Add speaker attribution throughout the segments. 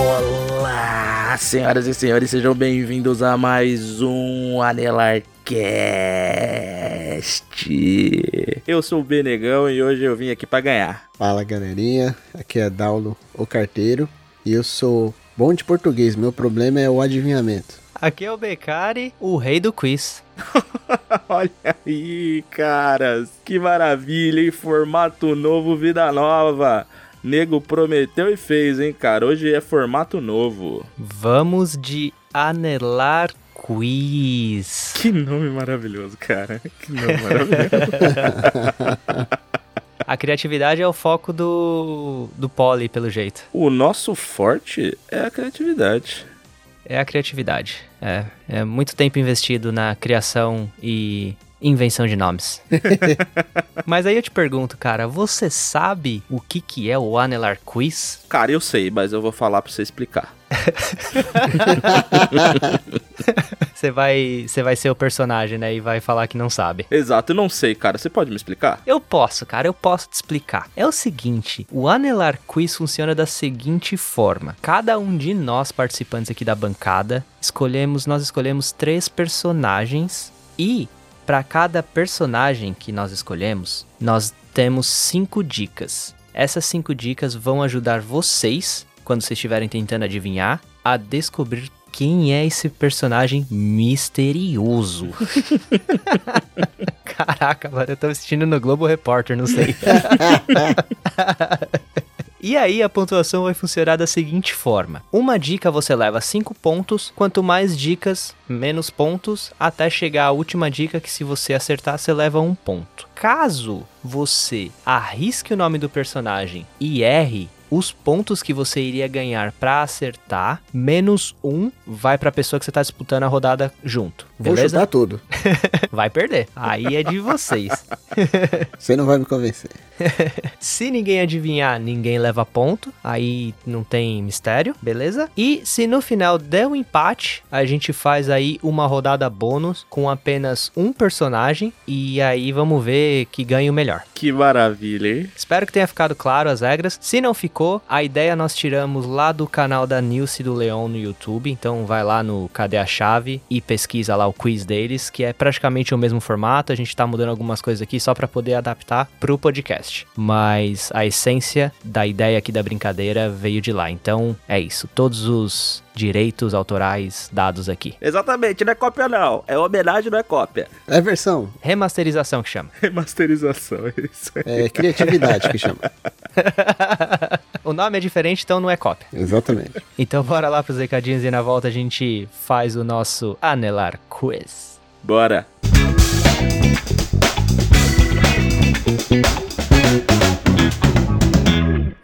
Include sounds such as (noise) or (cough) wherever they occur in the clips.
Speaker 1: Olá, senhoras e senhores, sejam bem-vindos a mais um Anelarcast. Eu sou o Benegão e hoje eu vim aqui pra ganhar.
Speaker 2: Fala galerinha, aqui é Daulo, o carteiro, e eu sou bom de português, meu problema é o adivinhamento.
Speaker 3: Aqui é o Becari, o rei do quiz.
Speaker 1: (laughs) Olha aí, caras, que maravilha, hein? Formato novo, vida nova. Nego prometeu e fez, hein, cara? Hoje é formato novo.
Speaker 3: Vamos de anelar quiz.
Speaker 1: Que nome maravilhoso, cara. Que (laughs) nome maravilhoso.
Speaker 3: A criatividade é o foco do, do Poli, pelo jeito.
Speaker 1: o nosso forte é a criatividade.
Speaker 3: É a criatividade. É, é muito tempo investido na criação e invenção de nomes. Mas aí eu te pergunto, cara, você sabe o que, que é o anelar quiz?
Speaker 1: Cara, eu sei, mas eu vou falar pra você explicar.
Speaker 3: Você vai, você vai ser o personagem, né, e vai falar que não sabe.
Speaker 1: Exato, eu não sei, cara. Você pode me explicar?
Speaker 3: Eu posso, cara, eu posso te explicar. É o seguinte, o Anelar Quiz funciona da seguinte forma. Cada um de nós participantes aqui da bancada, escolhemos, nós escolhemos três personagens e para cada personagem que nós escolhemos, nós temos cinco dicas. Essas cinco dicas vão ajudar vocês, quando vocês estiverem tentando adivinhar, a descobrir quem é esse personagem misterioso. Caraca, mano, eu tô assistindo no Globo Repórter, não sei. (laughs) E aí a pontuação vai funcionar da seguinte forma: uma dica você leva 5 pontos, quanto mais dicas, menos pontos, até chegar à última dica que se você acertar você leva um ponto. Caso você arrisque o nome do personagem e erre, os pontos que você iria ganhar pra acertar, menos um, vai pra pessoa que você tá disputando a rodada junto.
Speaker 2: Vou
Speaker 3: Beleza?
Speaker 2: chutar tudo,
Speaker 3: Vai perder. Aí é de vocês.
Speaker 2: você não vai me convencer.
Speaker 3: Se ninguém adivinhar, ninguém leva ponto. Aí não tem mistério, beleza? E se no final der um empate, a gente faz aí uma rodada bônus com apenas um personagem. E aí vamos ver que ganha o melhor.
Speaker 1: Que maravilha, hein?
Speaker 3: Espero que tenha ficado claro as regras. Se não ficou, a ideia nós tiramos lá do canal da Nilce do Leão no YouTube. Então vai lá no Cadê a Chave e pesquisa lá o quiz deles, que é praticamente o mesmo formato. A gente tá mudando algumas coisas aqui só pra poder adaptar pro podcast. Mas a essência da ideia aqui da brincadeira veio de lá. Então é isso. Todos os direitos autorais dados aqui.
Speaker 1: Exatamente, não é cópia não. É homenagem, não é (laughs) cópia.
Speaker 2: É versão,
Speaker 3: Remasterização que chama. (laughs)
Speaker 1: Remasterização, é isso aí.
Speaker 2: é criatividade que chama.
Speaker 3: o nome é diferente, então não é cópia.
Speaker 2: Exatamente.
Speaker 3: Então (laughs) bora lá pros recadinhos e na volta a gente faz o nosso Anelar Quiz.
Speaker 1: Bora.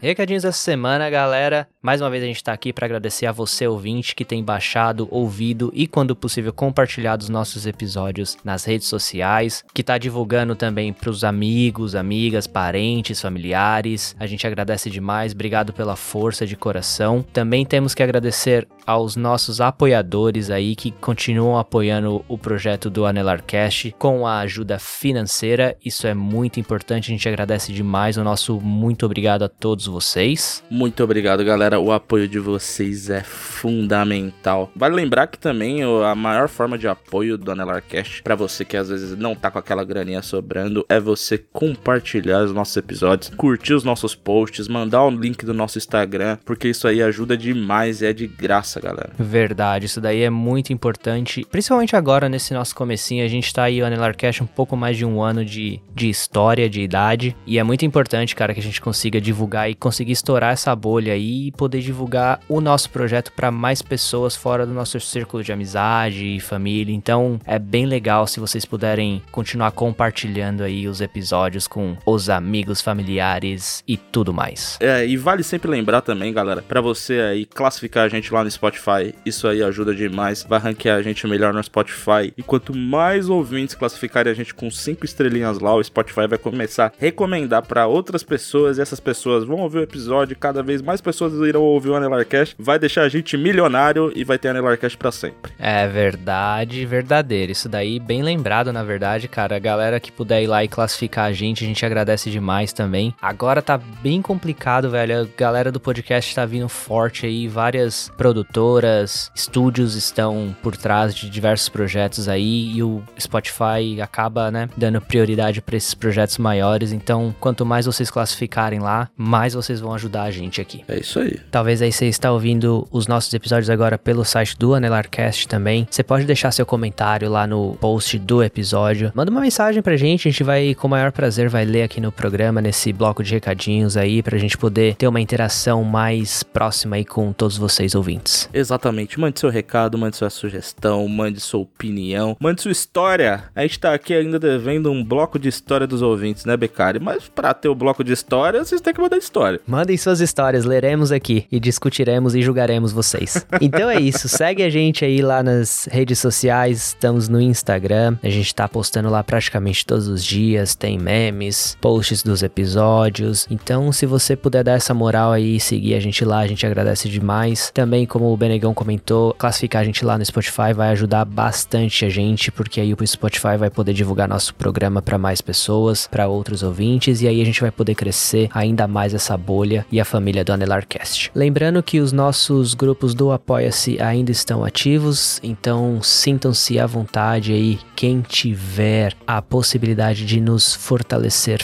Speaker 3: Recadinhos dessa semana, galera. Mais uma vez a gente tá aqui pra agradecer a você, ouvinte, que tem baixado, ouvido e, quando possível, compartilhado os nossos episódios nas redes sociais, que tá divulgando também pros amigos, amigas, parentes, familiares. A gente agradece demais, obrigado pela força de coração. Também temos que agradecer aos nossos apoiadores aí que continuam apoiando o projeto do Anelarcast com a ajuda financeira. Isso é muito importante, a gente agradece demais. O nosso muito obrigado a todos vocês.
Speaker 1: Muito obrigado, galera. O apoio de vocês é fundamental. Vale lembrar que também o- a maior forma de apoio do Anelarcast, pra você que às vezes não tá com aquela graninha sobrando, é você compartilhar os nossos episódios, curtir os nossos posts, mandar o link do nosso Instagram, porque isso aí ajuda demais e é de graça, galera.
Speaker 3: Verdade, isso daí é muito importante. Principalmente agora, nesse nosso comecinho, a gente tá aí, o Anelarcast, um pouco mais de um ano de, de história, de idade. E é muito importante, cara, que a gente consiga divulgar e conseguir estourar essa bolha aí e poder divulgar o nosso projeto para mais pessoas fora do nosso círculo de amizade e família. Então é bem legal se vocês puderem continuar compartilhando aí os episódios com os amigos, familiares e tudo mais.
Speaker 1: É, e vale sempre lembrar também, galera, pra você aí classificar a gente lá no Spotify. Isso aí ajuda demais, vai ranquear a gente melhor no Spotify. E quanto mais ouvintes classificarem a gente com cinco estrelinhas lá, o Spotify vai começar a recomendar pra outras pessoas e essas pessoas vão ouvir o episódio, cada vez mais pessoas irão ouvir o Anelarcast, vai deixar a gente milionário e vai ter Anelarcast pra sempre.
Speaker 3: É verdade, verdadeiro. Isso daí, bem lembrado, na verdade, cara. A galera que puder ir lá e classificar a gente, a gente agradece demais também. Agora tá bem complicado, velho. A galera do podcast tá vindo forte aí. Várias produtoras, estúdios estão por trás de diversos projetos aí. E o Spotify acaba, né, dando prioridade pra esses projetos maiores. Então, quanto mais vocês classificarem lá, mais vocês vão ajudar a gente aqui.
Speaker 1: É isso aí.
Speaker 3: Talvez aí você está ouvindo os nossos episódios agora pelo site do Anelarcast também. Você pode deixar seu comentário lá no post do episódio. Manda uma mensagem pra gente, a gente vai com o maior prazer vai ler aqui no programa, nesse bloco de recadinhos aí, pra gente poder ter uma interação mais próxima aí com todos vocês ouvintes.
Speaker 1: Exatamente. Mande seu recado, mande sua sugestão, mande sua opinião, mande sua história. A gente tá aqui ainda devendo um bloco de história dos ouvintes, né, Becari? Mas pra ter o bloco de história, vocês têm que mandar história.
Speaker 3: Mandem suas histórias, leremos aqui e discutiremos e julgaremos vocês. Então é isso, segue a gente aí lá nas redes sociais, estamos no Instagram, a gente tá postando lá praticamente todos os dias, tem memes, posts dos episódios. Então, se você puder dar essa moral aí e seguir a gente lá, a gente agradece demais. Também, como o Benegão comentou, classificar a gente lá no Spotify vai ajudar bastante a gente, porque aí o Spotify vai poder divulgar nosso programa para mais pessoas, para outros ouvintes, e aí a gente vai poder crescer ainda mais essa bolha e a família do Anelarcast. Lembrando que os nossos grupos do Apoia-se ainda estão ativos, então sintam-se à vontade aí, quem tiver a possibilidade de nos fortalecer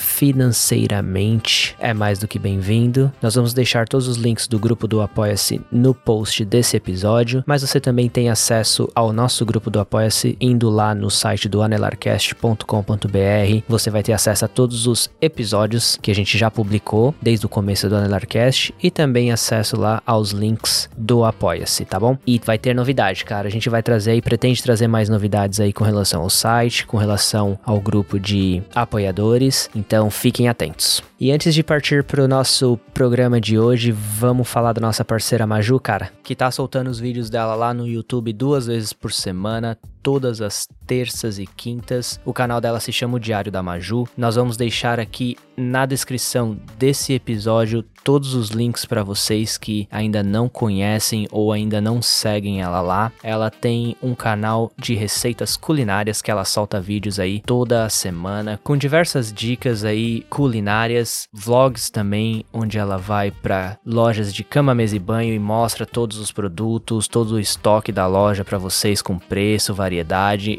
Speaker 3: financeiramente, é mais do que bem-vindo. Nós vamos deixar todos os links do grupo do Apoia-se no post desse episódio, mas você também tem acesso ao nosso grupo do Apoia-se indo lá no site do anelarcast.com.br. Você vai ter acesso a todos os episódios que a gente já publicou desde o começo do Anelarcast e também acesso lá aos links do Apoia-se, tá bom? E vai ter novidade, cara. A gente vai trazer e pretende trazer mais novidades aí com relação ao site, com relação ao grupo de apoiadores. Então fiquem atentos. E antes de partir pro nosso programa de hoje, vamos falar da nossa parceira Maju, cara, que tá soltando os vídeos dela lá no YouTube duas vezes por semana, todas as terças e quintas. O canal dela se chama o Diário da Maju. Nós vamos deixar aqui na descrição desse episódio todos os links para vocês que ainda não conhecem ou ainda não seguem ela lá. Ela tem um canal de receitas culinárias que ela solta vídeos aí toda a semana com diversas dicas aí culinárias, vlogs também onde ela vai para lojas de cama, mesa e banho e mostra todos os produtos, todo o estoque da loja para vocês com preço, variedade.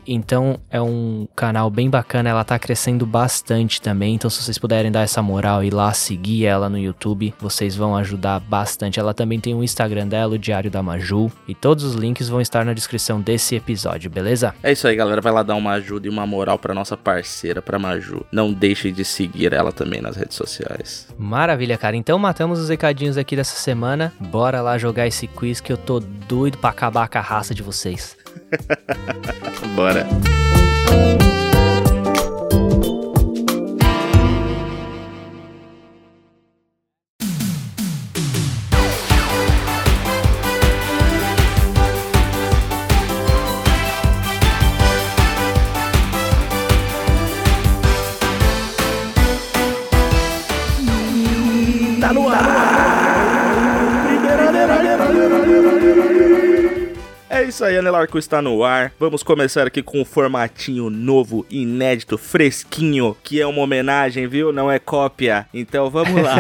Speaker 3: Então é um canal bem bacana, ela tá crescendo bastante também. Então se vocês puderem dar essa moral e lá seguir ela no YouTube, vocês vão ajudar bastante. Ela também tem um Instagram dela, o Diário da Maju, e todos os links vão estar na descrição desse episódio, beleza?
Speaker 1: É isso aí, galera. Vai lá dar uma ajuda e uma moral pra nossa parceira, pra Maju. Não deixe de seguir ela também nas redes sociais.
Speaker 3: Maravilha, cara. Então matamos os recadinhos aqui dessa semana. Bora lá jogar esse quiz que eu tô doido pra acabar com a raça de
Speaker 1: (laughs)
Speaker 3: vocês.
Speaker 1: Bora. Tá no É isso aí, Anelarco está no ar. Vamos começar aqui com um formatinho novo, inédito, fresquinho, que é uma homenagem, viu? Não é cópia. Então vamos lá.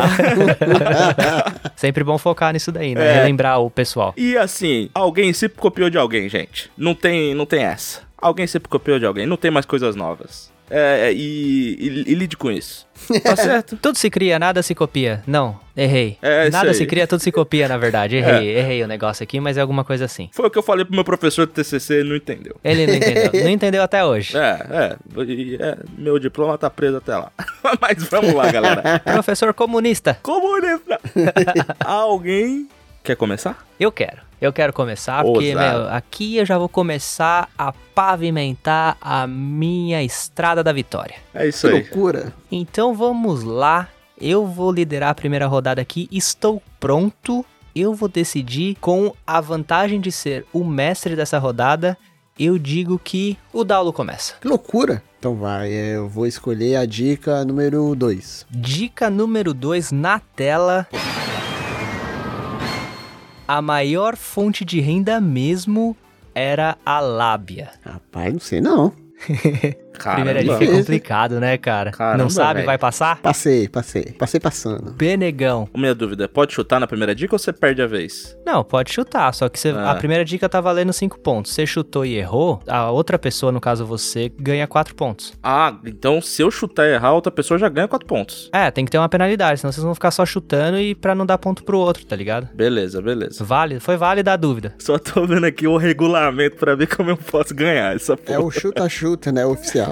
Speaker 3: Sempre bom focar nisso daí, né?
Speaker 1: É.
Speaker 3: Relembrar o pessoal.
Speaker 1: e assim, alguém sempre copiou de alguém, gente. Não tem, não tem essa. Alguém sempre copiou de alguém. Não tem mais coisas novas. É, é, e, e, e lide com
Speaker 3: (laughs)
Speaker 1: isso. (laughs) Tá certo?
Speaker 3: Tudo se cria, nada se copia. Não, errei.
Speaker 1: É, isso
Speaker 3: nada
Speaker 1: aí.
Speaker 3: se cria, tudo se copia, na verdade. Errei, errei o negócio aqui, mas é alguma coisa assim.
Speaker 1: Foi o que eu falei pro meu professor do TCC, ele não entendeu. (laughs)
Speaker 3: Ele não entendeu. não entendeu até hoje.
Speaker 1: É, é, e- é, meu diploma é, tá preso até lá. (laughs) Mas vamos
Speaker 3: (laughs)
Speaker 1: lá, galera.
Speaker 3: Professor comunista,
Speaker 1: Comunista.
Speaker 3: (laughs)
Speaker 1: Alguém quer começar?
Speaker 3: eu quero. Eu quero começar, porque,
Speaker 1: Ousado.
Speaker 3: meu, aqui eu já vou começar a pavimentar a minha estrada da vitória.
Speaker 1: É isso
Speaker 2: Que
Speaker 1: aí.
Speaker 2: loucura.
Speaker 3: Então vamos lá. Eu vou liderar a primeira rodada aqui. Estou pronto. Eu vou decidir com a vantagem de ser o mestre dessa rodada. Eu digo que o Daulo começa.
Speaker 2: Que loucura. Então vai, é, eu vou escolher a dica número 2.
Speaker 3: Dica número 2 na tela. A maior fonte de renda mesmo era a lábia.
Speaker 2: Rapaz, não sei não.
Speaker 3: Primeira dica é
Speaker 2: Beleza.
Speaker 3: complicado, né, cara?
Speaker 1: Caramba,
Speaker 3: Não sabe,
Speaker 1: velho.
Speaker 3: vai passar?
Speaker 2: Passei, passei. Passei passando.
Speaker 3: Benegão.
Speaker 1: Minha dúvida, é, pode chutar na primeira dica ou você perde a vez?
Speaker 3: Não, pode chutar, só que você-
Speaker 1: Ah.
Speaker 3: a primeira dica tá valendo 5 pontos. Você chutou e errou, a outra pessoa, no caso você, ganha 4 pontos.
Speaker 1: Ah, então se eu chutar e errar, a outra pessoa já ganha 4 pontos.
Speaker 3: É, tem que ter uma penalidade, senão vocês vão ficar só chutando e pra não dar ponto pro outro, tá ligado?
Speaker 1: Beleza, beleza.
Speaker 3: Vale, foi válida a dúvida. (laughs)
Speaker 1: Só tô vendo aqui o regulamento pra ver como eu posso ganhar essa
Speaker 3: (laughs)
Speaker 1: porra.
Speaker 2: É o chuta-chuta, né? Oficial.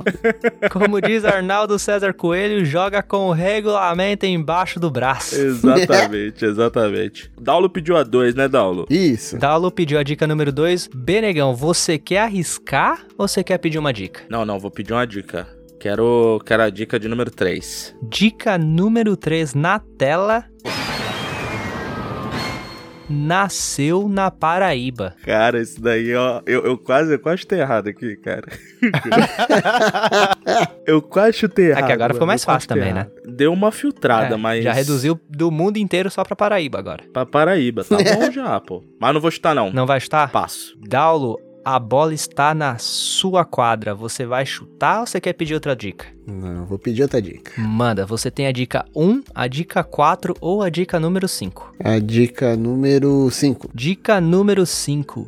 Speaker 3: Como diz Arnaldo César Coelho, joga com o regulamento embaixo do braço.
Speaker 1: Exatamente, exatamente. Daulo pediu a 2, né, Daulo?
Speaker 2: Isso.
Speaker 3: Dalo pediu a dica número 2. Benegão, você quer arriscar ou você quer pedir uma dica?
Speaker 1: Não, não, vou pedir uma dica. Quero, quero a dica de número 3.
Speaker 3: Dica número 3 na tela. Nasceu na Paraíba.
Speaker 1: Cara, isso daí, ó, eu, eu quase, eu quase chutei errado aqui,
Speaker 3: (laughs)
Speaker 1: cara. eu quase chutei errado.
Speaker 3: É agora ficou
Speaker 1: mano,
Speaker 3: mais
Speaker 1: eu quase
Speaker 3: fácil também, né?
Speaker 1: chutei errado. Deu uma filtrada,
Speaker 3: É,
Speaker 1: mas...
Speaker 3: Já reduziu do mundo inteiro só pra Paraíba agora.
Speaker 1: Pra
Speaker 3: (laughs)
Speaker 1: Paraíba, tá bom já, pô. Mas não vou chutar, não.
Speaker 3: Não vai estar?
Speaker 1: Passo.
Speaker 3: Daulo, a bola está na sua quadra. Você vai chutar ou você quer pedir outra dica?
Speaker 2: Não, vou pedir outra dica.
Speaker 3: Manda, você tem a dica 1, a dica 4 ou a dica número 5.
Speaker 2: A dica número 5.
Speaker 3: Dica número 5.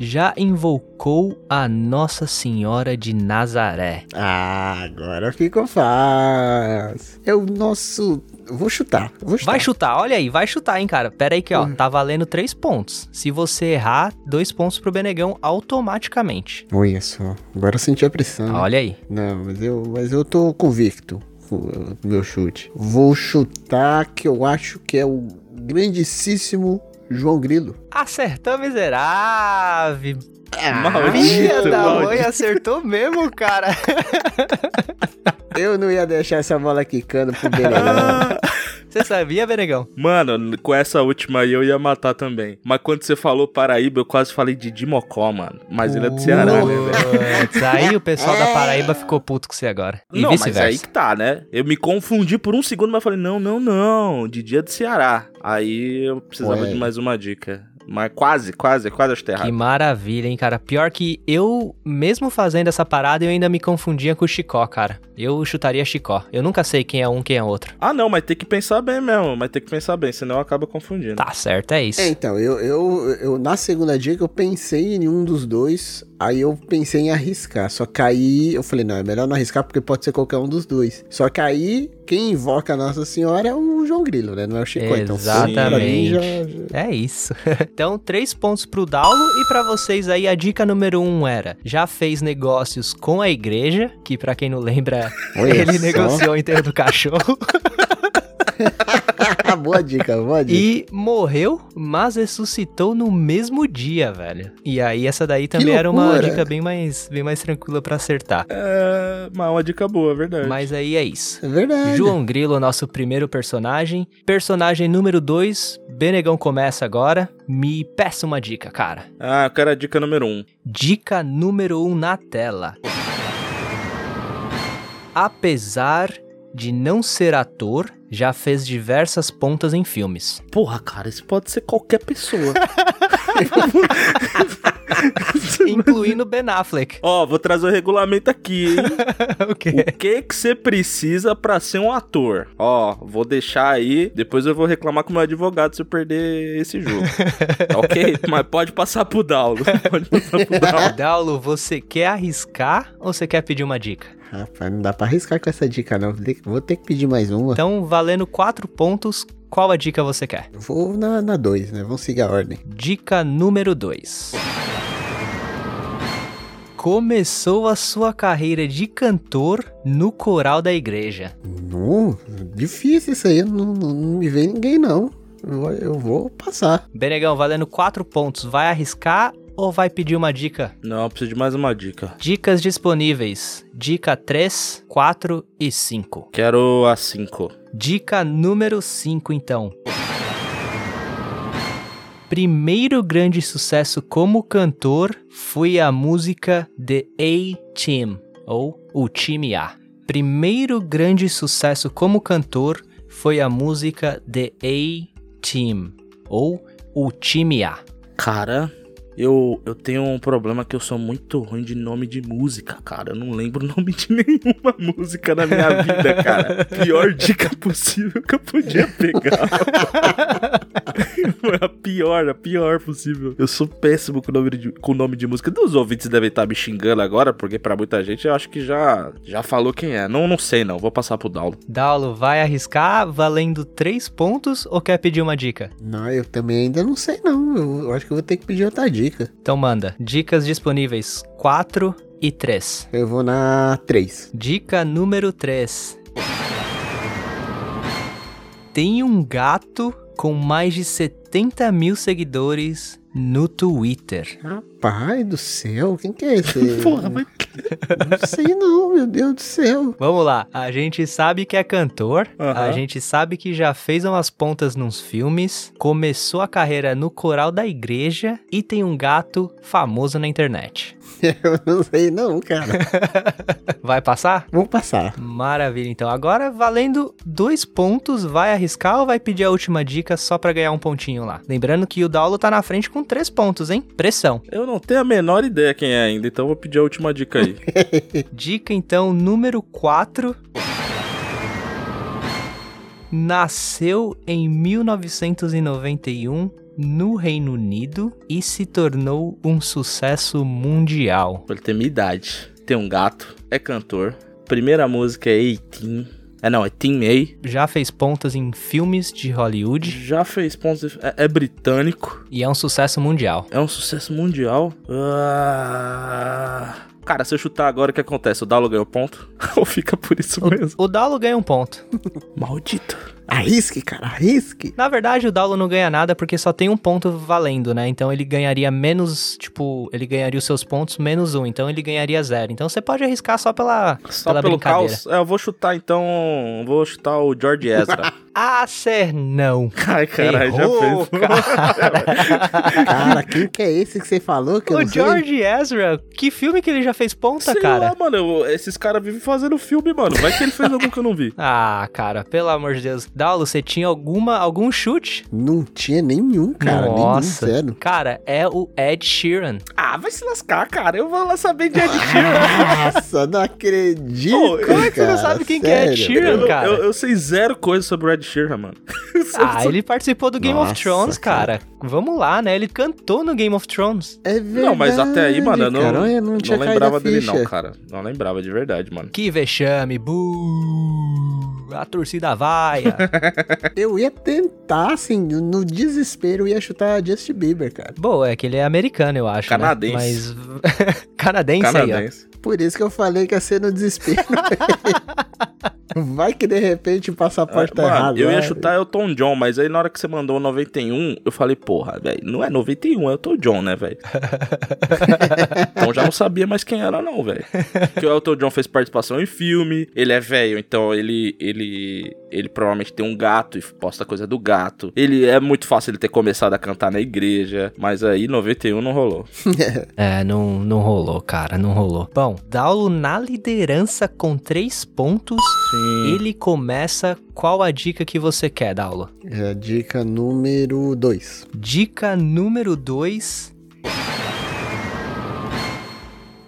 Speaker 3: Já invocou a Nossa Senhora de Nazaré.
Speaker 2: Ah, agora ficou fácil. É o nosso. eu Vou chutar. eu Vou chutar.
Speaker 3: Vai chutar, olha aí, vai chutar, hein, cara. Pera aí que,
Speaker 1: Uhum.
Speaker 3: ó, tá valendo 3 pontos. Se você errar, 2 pontos pro Benegão automaticamente.
Speaker 2: Olha só. Agora eu senti a
Speaker 1: Uhum.
Speaker 2: pressão.
Speaker 3: Olha aí.
Speaker 2: Não, mas eu, mas eu tô convicto com o meu chute. Vou chutar que eu acho que é o grandíssimo João Grilo.
Speaker 3: Acertou, miserável. Ah, Filha
Speaker 1: maldito,
Speaker 3: da mãe,
Speaker 1: maldito.
Speaker 3: acertou mesmo, cara.
Speaker 2: Eu não ia deixar essa bola quicando pro Benegão.
Speaker 3: Você sabia, Benegão?
Speaker 1: Mano, com essa última aí eu ia matar também. Mas quando você falou Paraíba, eu quase falei de Dimocó, mano. Mas ele é do Ceará, né, velho?
Speaker 3: Putz, aí o pessoal da Paraíba ficou puto com você agora. E
Speaker 1: não, mas aí
Speaker 3: vice-versa.
Speaker 1: que tá, né? Eu me confundi por um segundo, mas falei, não, não, não, Didi é do Ceará. Aí eu precisava
Speaker 2: Ué.
Speaker 1: de mais uma dica. Mas quase, quase, quase acho que tá
Speaker 3: Que
Speaker 1: errado.
Speaker 3: maravilha, hein, cara. Pior que eu, mesmo fazendo essa parada, eu ainda me confundia com o Chicó, cara. Eu chutaria Chicó. Eu nunca sei quem é um, quem é outro.
Speaker 1: Ah, não, mas tem que pensar bem mesmo, mas tem que pensar bem, senão acaba confundindo.
Speaker 3: Tá certo, é isso.
Speaker 2: É, então, eu, eu, eu na segunda dica eu pensei em um dos dois, aí eu pensei em arriscar, só que aí eu falei, não, é melhor não arriscar porque pode ser qualquer um dos dois. Só que aí quem invoca a Nossa Senhora é o João Grilo, né? Não é o Chico, então sim, pra mim já- já-
Speaker 3: É isso. (laughs) então, três pontos pro Daulo e pra vocês aí a dica número um era: já fez negócios com a igreja, que pra quem não lembra,
Speaker 2: (laughs) Olha
Speaker 3: ele
Speaker 2: só. (laughs)
Speaker 3: negociou o enterro do cachorro
Speaker 2: Ah, boa dica, boa dica.
Speaker 3: e morreu, mas ressuscitou no mesmo dia, velho. E aí essa daí também era uma
Speaker 2: loucura.
Speaker 3: dica bem mais, bem mais tranquila pra acertar.
Speaker 1: É, mas é uma dica boa, é verdade.
Speaker 3: Mas aí é isso.
Speaker 2: É verdade.
Speaker 3: João Grilo, nosso primeiro personagem. Personagem número 2, Benegão começa agora. Me peça uma dica, cara.
Speaker 1: Ah, eu quero a dica número um.
Speaker 3: Dica número 1 um na tela. Apesar de não ser ator, já fez diversas pontas em filmes.
Speaker 1: Porra, cara, isso pode ser qualquer pessoa.
Speaker 3: Incluindo Ben Affleck.
Speaker 1: (laughs) (laughs) Ó, vou trazer o regulamento aqui, hein?
Speaker 3: o quê?
Speaker 1: O que que você precisa pra ser um ator? Ó, vou deixar aí, depois eu vou reclamar com o meu advogado se eu perder esse jogo. ok? Mas pode passar pro Daulo. (laughs) Pode passar pro Daulo.
Speaker 3: Daulo, você quer arriscar ou você quer pedir uma dica?
Speaker 2: Rapaz, não dá pra arriscar com essa dica, não. Vou ter que- Vou ter que pedir mais uma.
Speaker 3: Então, valendo 4 pontos, qual a dica você quer?
Speaker 2: Vou na 2, dois, né? Vamos seguir a ordem.
Speaker 3: Dica número 2. começou a sua carreira de cantor no coral da igreja.
Speaker 2: Não, difícil isso aí. Não, não- não me vem ninguém, não. Eu vou- eu vou passar.
Speaker 3: Benegão, valendo quatro pontos, vai arriscar ou vai pedir uma dica?
Speaker 1: Não, eu preciso de mais uma dica.
Speaker 3: Dicas disponíveis: dica 3, 4 e 5.
Speaker 1: Quero a 5.
Speaker 3: Dica número 5, então. Primeiro grande sucesso como cantor foi a música The A-Team, ou O Time A. Primeiro grande sucesso como cantor foi a música The A-Team, ou O Time A.
Speaker 1: Cara, eu, eu tenho um problema que eu sou muito ruim de nome de música, cara. Eu não lembro o nome de (laughs) nenhuma música na minha vida, cara. Pior dica possível que eu podia pegar. (laughs) Foi a pior, a pior possível. Eu sou péssimo com o nome de, com nome de música. Os ouvintes devem estar me xingando agora, porque pra muita gente eu acho que já, já falou quem é. Não, não sei não, vou passar pro Daulo.
Speaker 3: Daulo, vai arriscar valendo 3 pontos ou quer pedir uma dica?
Speaker 2: Não, eu também ainda não sei, não. Eu, eu acho que eu vou ter que pedir outra dica.
Speaker 3: Então manda. Dicas disponíveis 4 e 3.
Speaker 2: Eu vou na 3.
Speaker 3: Dica número 3. Tem um gato com mais de 70 mil seguidores no Twitter.
Speaker 2: Rapaz do céu, quem que é
Speaker 3: (laughs)
Speaker 2: esse?
Speaker 1: Porra, mas
Speaker 2: Não sei não, meu Deus do céu. (laughs)
Speaker 3: Vamos lá, a gente sabe que é cantor, a
Speaker 1: Aham.
Speaker 3: gente sabe que já fez umas pontas nos filmes, começou a carreira no coral da igreja e tem um gato famoso na internet.
Speaker 2: Eu não sei não, cara.
Speaker 3: Vai passar?
Speaker 2: Vou passar.
Speaker 3: Maravilha, então. Agora, valendo dois pontos, vai arriscar ou vai pedir a última dica só pra ganhar um pontinho lá? Lembrando que o Daulo tá na frente com três pontos, hein? Pressão.
Speaker 1: eu não tenho a menor ideia quem é ainda, então eu vou pedir a última dica aí.
Speaker 3: Dica, então, número 4. Nasceu em 1991 no Reino Unido e se tornou um sucesso mundial.
Speaker 1: Ele tem minha idade, tem um gato, é cantor. Primeira música é 18. É não, é Team A.
Speaker 3: Já fez pontas em filmes de Hollywood
Speaker 1: Já fez pontos. É, é britânico.
Speaker 3: e é um sucesso mundial.
Speaker 1: É um sucesso mundial. Ah. Cara, se eu chutar agora, o que acontece? O Dalo ganhou ponto? (laughs) Ou fica por isso mesmo?
Speaker 3: O Daulo ganha um ponto.
Speaker 1: Maldito.
Speaker 2: Arrisque, cara, arrisque.
Speaker 3: Na verdade, o Daulo não ganha nada porque só tem um ponto valendo, né? Então ele ganharia menos, tipo, ele ganharia os seus pontos menos um, então ele ganharia zero. Então você pode arriscar só pela,
Speaker 1: Só
Speaker 3: pela
Speaker 1: pelo
Speaker 3: brincadeira.
Speaker 1: caos. É, eu vou chutar então. Vou chutar o George Ezra.
Speaker 3: Ah, ser
Speaker 2: (laughs)
Speaker 3: não.
Speaker 1: (laughs) Ai, caralho, já
Speaker 3: Errou,
Speaker 1: fez.
Speaker 2: Cara, quem que é esse que você falou que eu
Speaker 3: O
Speaker 2: não sei?
Speaker 3: George Ezra, que filme que ele já fez ponta,
Speaker 1: Sei
Speaker 3: cara?
Speaker 1: lá, mano. eu- Esses caras vivem fazendo filme, mano. Vai que ele fez algum que eu não vi.
Speaker 3: Ah, cara, pelo amor de Deus. Daulo, você tinha alguma algum chute?
Speaker 2: Não tinha nenhum, cara,
Speaker 3: Nossa.
Speaker 2: nenhum, sério.
Speaker 3: Cara, é o Ed
Speaker 2: (laughs)
Speaker 3: Sheeran.
Speaker 1: Ah, vai se lascar, (laughs) cara. Eu vou lá saber de Ed
Speaker 2: Nossa, não acredito,
Speaker 1: Ô, como
Speaker 3: é que você não
Speaker 2: cara,
Speaker 3: sabe quem que é
Speaker 2: sério.
Speaker 3: Sheeran?
Speaker 1: Eu,
Speaker 3: cara.
Speaker 1: eu- eu sei zero coisa sobre o Ed Sheeran, mano.
Speaker 3: Ah, ele participou do Game of
Speaker 2: Nossa,
Speaker 3: Thrones, cara. Vamos lá, né? Ele cantou no Game of Thrones.
Speaker 2: É verdade,
Speaker 1: não, mas até aí, mano, eu não,
Speaker 2: cara, olha, não,
Speaker 1: não
Speaker 2: tinha caído
Speaker 1: lembrava
Speaker 2: a
Speaker 1: dele,
Speaker 2: ficha.
Speaker 1: não, cara. Não lembrava de verdade, mano.
Speaker 3: Que vexame, buuuu, a torcida vaia.
Speaker 1: (laughs)
Speaker 2: Eu ia tentar, assim, no desespero, eu ia chutar Justin Bieber, cara.
Speaker 3: Bom, é que ele é americano, eu acho. né?
Speaker 1: Canadense.
Speaker 3: Mas. (laughs) Canadense, aí, ó.
Speaker 1: Canadense.
Speaker 2: Por isso que eu falei que ia ser no (laughs) desespero. Vai que de repente o passaporte tá
Speaker 1: É, Mano,
Speaker 2: errado.
Speaker 1: eu ia
Speaker 2: né?
Speaker 1: chutar Elton John, mas aí na hora que você mandou o 91, eu falei, porra, velho, não é 91, é Elton John, né,
Speaker 2: (laughs)
Speaker 1: velho? então já não sabia mais quem era, não, velho. Porque o Elton John fez participação em filme, ele é velho, então ele, ele, ele provavelmente tem um gato e posta coisa do gato. Ele é muito fácil ele ter começado a cantar na igreja, mas aí 91 não rolou.
Speaker 3: É, não, não rolou, cara, não rolou. Bom, Daulo na liderança com três pontos.
Speaker 1: Sim.
Speaker 3: Ele começa. Qual a dica que você quer, Daulo?
Speaker 2: É, dica número 2.
Speaker 3: Dica número 2.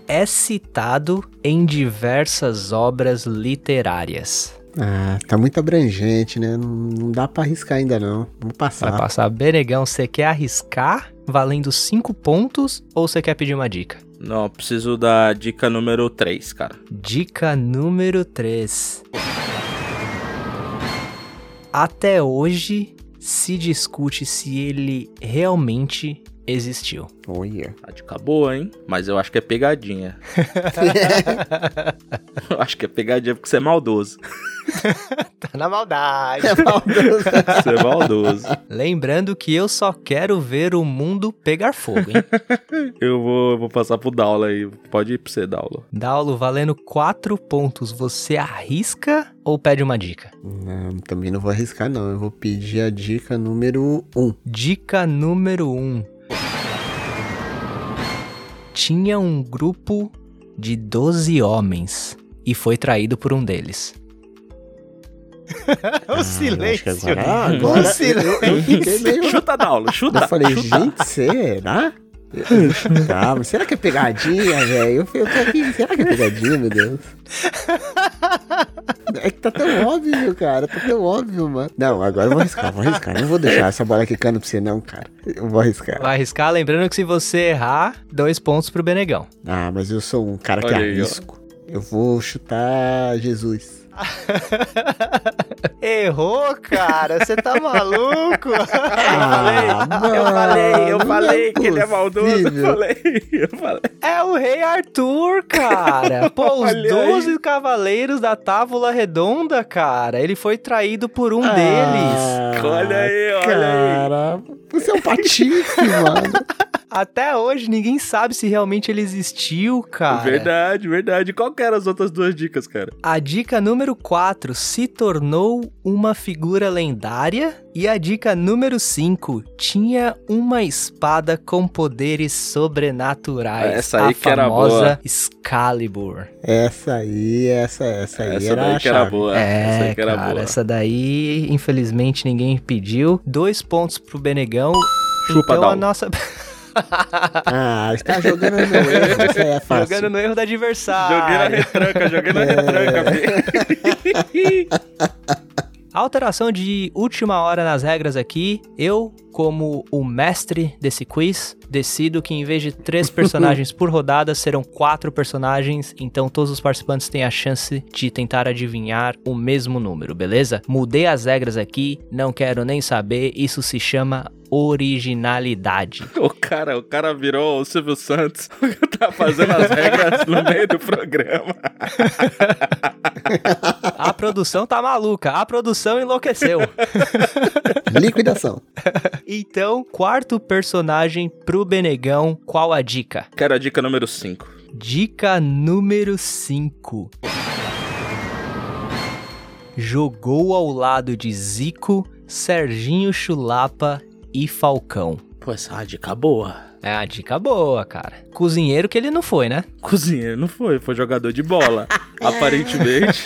Speaker 3: É citado em diversas obras literárias.
Speaker 2: Ah, tá muito abrangente, né? Não, não dá pra arriscar ainda, não. Vamos
Speaker 3: Vai
Speaker 2: passar.
Speaker 3: passar. Benegão, você quer arriscar valendo 5 pontos ou você quer pedir uma dica?
Speaker 1: Não, eu preciso da dica número 3, cara.
Speaker 3: Dica número 3. Até hoje se discute se ele realmente existiu.
Speaker 2: Olha.
Speaker 1: Tá de boa, hein? Mas eu acho que é
Speaker 2: (laughs)
Speaker 1: pegadinha. eu acho que é pegadinha porque você é maldoso.
Speaker 3: (laughs) Tá na maldade.
Speaker 2: (laughs) É maldoso.
Speaker 1: Você é maldoso.
Speaker 3: Lembrando que eu só quero ver o mundo pegar fogo, (laughs) hein?
Speaker 1: Eu vou, eu vou passar pro Daula aí. Pode ir pra você, Daula.
Speaker 3: Daulo valendo 4 pontos. Você arrisca ou pede uma dica?
Speaker 2: Não, também não vou arriscar, não. Eu vou pedir a dica número 1. Um.
Speaker 3: Dica número 1. Um. Tinha um grupo de 12 homens e foi traído por um deles. o silêncio.
Speaker 2: Ah, agora eu, eu fiquei meio.
Speaker 1: Chuta, Daula, chuta.
Speaker 2: Eu falei, gente, será?
Speaker 1: (laughs)
Speaker 2: Eu- eu- Tá, mas será que é pegadinha, velho? Eu falei, eu tô aqui, será que é pegadinha, meu Deus? É que tá tão óbvio, cara. Tá tão óbvio, mano. Não, agora eu vou arriscar, vou arriscar. Não vou deixar essa bola quicando pra você, não, cara. Eu vou arriscar.
Speaker 3: Vai arriscar, lembrando que se você errar, dois pontos pro Benegão.
Speaker 2: Ah, mas eu sou um cara que
Speaker 1: Olha aí, ó.
Speaker 2: arrisco. Eu vou chutar Jesus.
Speaker 3: (laughs) Errou, cara. Você (laughs) tá maluco?
Speaker 2: Ah,
Speaker 1: Eu falei, eu
Speaker 2: mano,
Speaker 1: falei que ele é
Speaker 2: possível.
Speaker 1: maldoso. Eu falei, eu falei.
Speaker 3: É o Rei Arthur, cara. Pô, os
Speaker 1: Olha
Speaker 3: 12 cavaleiros da Távola Redonda, cara. Ele foi traído por um deles.
Speaker 1: Olha aí, olha aí.
Speaker 2: cara, Você é um patife, mano.
Speaker 3: Até hoje ninguém sabe se realmente ele existiu, cara.
Speaker 1: Verdade, verdade. Qual que eram as outras duas dicas, cara?
Speaker 3: A dica número 4 se tornou uma figura lendária. E a dica número 5 tinha uma espada com poderes sobrenaturais.
Speaker 1: Essa aí
Speaker 3: a
Speaker 1: que era
Speaker 3: famosa
Speaker 1: boa.
Speaker 3: Excalibur.
Speaker 2: Essa aí, essa, essa aí
Speaker 1: Essa
Speaker 2: era
Speaker 1: daí
Speaker 2: a
Speaker 1: que era
Speaker 2: chave.
Speaker 1: boa. essa
Speaker 3: É,
Speaker 1: daí que era
Speaker 3: cara,
Speaker 1: boa.
Speaker 3: essa daí, infelizmente, ninguém pediu. Dois pontos pro Benegão.
Speaker 1: Chupa,
Speaker 3: então a
Speaker 1: Dal.
Speaker 3: nossa.
Speaker 2: Ah, está jogando no erro, isso aí é fácil.
Speaker 3: Jogando no erro do
Speaker 1: Joguei na
Speaker 3: adversário.
Speaker 1: retranca, joguei na retranca, filho.
Speaker 3: (laughs) Alteração de última hora nas regras aqui. Eu, como o mestre desse quiz, decido que em vez de três personagens por rodada, serão quatro personagens. Então todos os participantes têm a chance de tentar adivinhar o mesmo número, beleza? Mudei as regras aqui, não quero nem saber. Isso se chama originalidade.
Speaker 1: O cara, o cara virou o Silvio Santos. (laughs) tá fazendo as regras no meio do programa.
Speaker 3: A produção tá maluca, a produção enlouqueceu.
Speaker 2: Liquidação.
Speaker 3: Então, quarto personagem pro Benegão, qual a dica?
Speaker 1: Cara, dica número 5.
Speaker 3: Dica número 5. Jogou ao lado de Zico, Serginho Chulapa e Falcão.
Speaker 1: Pô, essa é uma dica boa.
Speaker 3: É uma dica boa, cara. Cozinheiro que ele não foi, né?
Speaker 1: Cozinheiro não foi, foi jogador de (laughs) bola. aparentemente.